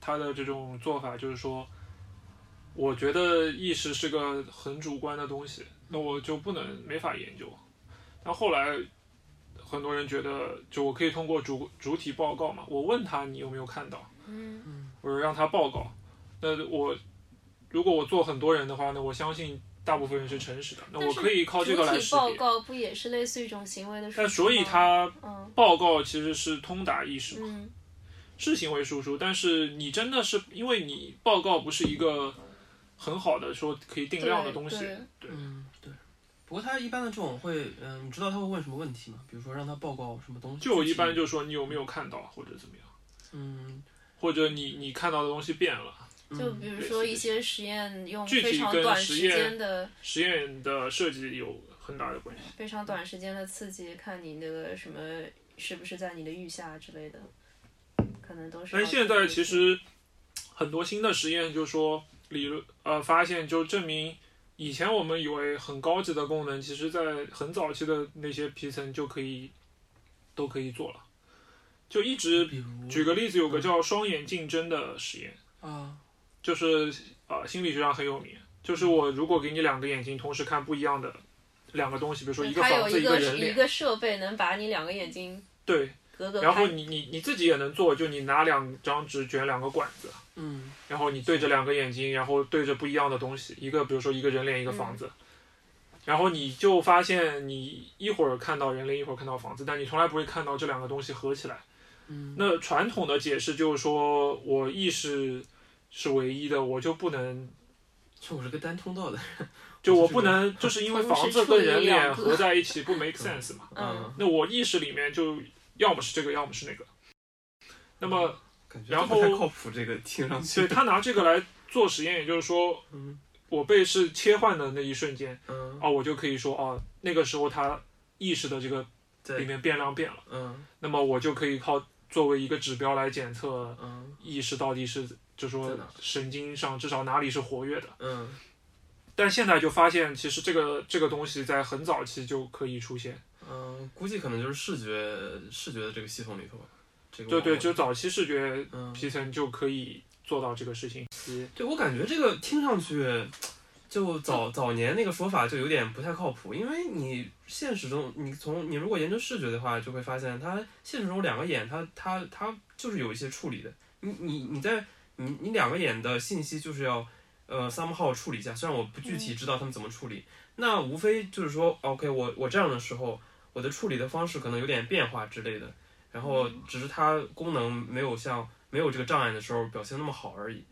Speaker 3: 他的这种做法就是说，我觉得意识是个很主观的东西，那我就不能没法研究。但后来很多人觉得，就我可以通过主主体报告嘛，我问他你有没有看到，
Speaker 2: 嗯
Speaker 3: 我让他报告。那我如果我做很多人的话，那我相信大部分人是诚实的。那
Speaker 2: 但
Speaker 3: 我
Speaker 2: 是
Speaker 3: 可以靠
Speaker 2: 主
Speaker 3: 这个来
Speaker 2: 体
Speaker 3: 识
Speaker 2: 报
Speaker 3: 别。
Speaker 2: 告不也是类似于一种行为的输
Speaker 3: 那
Speaker 2: 出
Speaker 3: 所以
Speaker 2: 吗
Speaker 3: 他
Speaker 2: 嗯
Speaker 3: 报告其实是通达意识嘛，
Speaker 2: 嗯
Speaker 3: 是行为输出，但是你真的是因为你报告不是一个很好的说可以定量的
Speaker 2: 对
Speaker 3: 东西
Speaker 2: 对，
Speaker 3: 对，
Speaker 1: 嗯，对。不过他一般的这种会，嗯、你知道他会问什么问题吗？比如说让他报告什么东西？
Speaker 3: 就我一般就说你有没有看到或者怎么样，
Speaker 1: 嗯
Speaker 3: 或者你你看到的东西变了，
Speaker 2: 就比如
Speaker 3: 嗯对
Speaker 2: 说
Speaker 3: 是
Speaker 2: 一
Speaker 3: 的
Speaker 2: 些实验用
Speaker 3: 具
Speaker 2: 非
Speaker 3: 体
Speaker 2: 常
Speaker 3: 跟
Speaker 2: 短
Speaker 3: 实
Speaker 2: 时
Speaker 3: 验
Speaker 2: 间的
Speaker 3: 实验的设计有很大的关系。
Speaker 2: 非常短时间的刺激，看你那个什么是不是在你的预下之类的，可能都是要注意
Speaker 3: 但
Speaker 2: 的。
Speaker 3: 现在其实很多新的实验就说理论呃发现就证明，以前我们以为很高级的功能，其实在很早期的那些皮层就可以都可以做了。就一直
Speaker 1: 比如
Speaker 3: 举个例子，有个叫双眼竞争的实验，
Speaker 1: 啊，
Speaker 3: 就是呃心理学上很有名，就是我如果给你两个眼睛同时看不一样的两个东西，比如说一个
Speaker 2: 它有
Speaker 3: 房子
Speaker 2: 一
Speaker 3: 一个
Speaker 2: 个
Speaker 3: 人
Speaker 2: 一
Speaker 3: 脸，
Speaker 2: 个设备能把你两个眼睛
Speaker 3: 对，
Speaker 2: 隔隔
Speaker 3: 然后
Speaker 2: 开。
Speaker 3: 你你你自己也能做，就你拿两张纸卷两个管子。
Speaker 1: 嗯
Speaker 3: 然后你对着两个眼睛，然后对着不一样的东西，一个比如说一个人脸，一个房子，然后你就发现你一会儿看到人类，一会儿看到房子，但你从来不会看到这两个东西合起来。
Speaker 1: 嗯，
Speaker 3: 那传统的解释就是说我意识是唯一的，我就不能，
Speaker 1: 就我是个单通道的，
Speaker 3: 就
Speaker 1: 我
Speaker 3: 我
Speaker 1: 是
Speaker 3: 不
Speaker 1: 个
Speaker 3: 能，就是因为
Speaker 2: 同时
Speaker 3: 房子
Speaker 2: 处于
Speaker 3: 跟人脸
Speaker 2: 两个
Speaker 3: 合在一 *laughs* 起不 make sense 嘛。
Speaker 2: 嗯，
Speaker 3: 那我意识里面就要么是这个，要么是那个。那 *laughs* 么，
Speaker 1: 感觉
Speaker 3: 然
Speaker 1: 不太
Speaker 3: 后
Speaker 1: 靠谱，这个听上
Speaker 3: 所以
Speaker 1: 去，
Speaker 3: 他拿这个来做实验，也就是说，
Speaker 1: 嗯
Speaker 3: 我被是切换的那一瞬间，
Speaker 1: 嗯，
Speaker 3: 哦，我就可以说，哦，那个时候他意识的这个里
Speaker 1: 对，
Speaker 3: 面变量变了，
Speaker 1: 嗯
Speaker 3: 那么我就可以靠作为一个指标来检测
Speaker 1: 嗯
Speaker 3: 意识到底是，
Speaker 1: 在
Speaker 3: 就说
Speaker 1: 哪
Speaker 3: 神经上至少哪里是活跃的。
Speaker 1: 嗯，
Speaker 3: 但现在就发现，其实这个这个东西在很早期就可以出现，
Speaker 1: 嗯，估计可能就是视觉视觉的这个系统里头吧，这个
Speaker 3: 对对，
Speaker 1: 网络
Speaker 3: 就早期视觉
Speaker 1: 嗯，
Speaker 3: 皮层就可以做到这个事情。
Speaker 1: 对我感觉这个听上去，就早早年那个说法就有点不太靠谱，因为你现实中，你从你如果研究视觉的话，就会发现它现实中两个眼它，它它就是有一些处理的。你你你在你你两个眼的信息就是要呃 somehow 处理一下，虽然我不具体知道他们怎么处理，那无非就是说 OK，我我这样的时候，我的处理的方式可能有点变化之类的，然后只是它功能没有像没有这个障碍的时候表现那么好而已。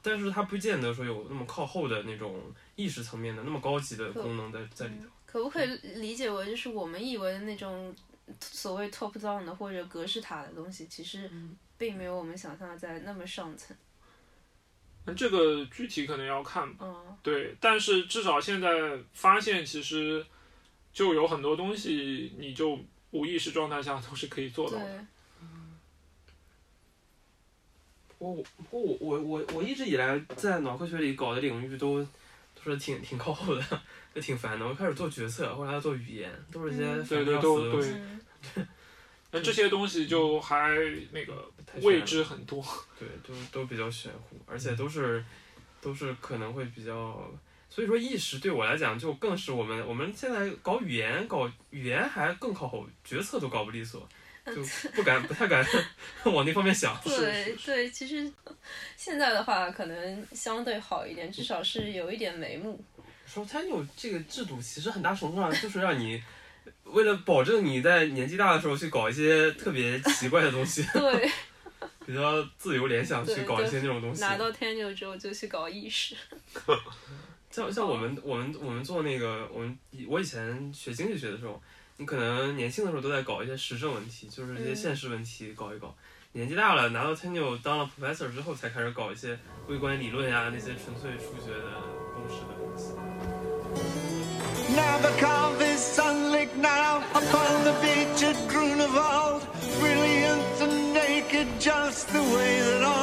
Speaker 1: 但是它不见得说有那么靠后的那种意识层面的那么高级的功能在在里头。
Speaker 2: 可不可以理解为就是我们以为的那种所谓 top down 的或者格式塔的东西，其实并没有我们想象的在那么上层。
Speaker 3: 那这个具体可能要看
Speaker 2: 嗯，
Speaker 3: 对，但是至少现在发现，其实就有很多东西，你就无意识状态下都是可以做到的。
Speaker 2: 对，
Speaker 1: 我我我我我我一直以来在脑科学里搞的领域都都是挺挺靠后的， *laughs* 就挺烦的。我开始做决策，后来要做语言，都是一些
Speaker 2: 嗯
Speaker 1: 烦得
Speaker 3: 对对
Speaker 1: 要
Speaker 3: 都
Speaker 1: 死的东西
Speaker 3: 对
Speaker 2: 嗯，
Speaker 3: 那这些东西就还那个
Speaker 1: 嗯太
Speaker 3: 未
Speaker 1: 悬
Speaker 3: 知很多。
Speaker 1: 对，都都比较玄乎，而
Speaker 2: 嗯
Speaker 1: 且都是都是可能会比较，所以说意识对我来讲就更是我们我们现在搞语言搞语言还更靠后，决策都搞不利索，就不敢不
Speaker 2: *laughs*
Speaker 1: 太敢往那方面想。
Speaker 2: 嗯对对，其实现在的话可能相对好一点，至少是有一点眉目。，
Speaker 1: 说他有这个制度，其实很大程度上就是让你为了保证你在年纪大的时候去搞一些特别奇怪的东西 *laughs*
Speaker 2: 对，
Speaker 1: 比较自由联想去
Speaker 2: 对
Speaker 1: 搞一
Speaker 2: 对
Speaker 1: 些那种东西。
Speaker 2: 拿到 tenure 之后就去搞意识。
Speaker 1: 像像我们我们我们做那个我们以我以前学经济学的时候，你可能年轻的时候都在搞一些时政问题，就是一些
Speaker 2: 嗯
Speaker 1: 现实问题搞一搞。年纪大了，拿到 tenure 当了 professor 之后，才开始搞一些微观理论呀、那些纯粹数学的公式的东西。
Speaker 6: Nabokov is sunlit now upon the beach at Grunewald. Brilliant and naked, just the way that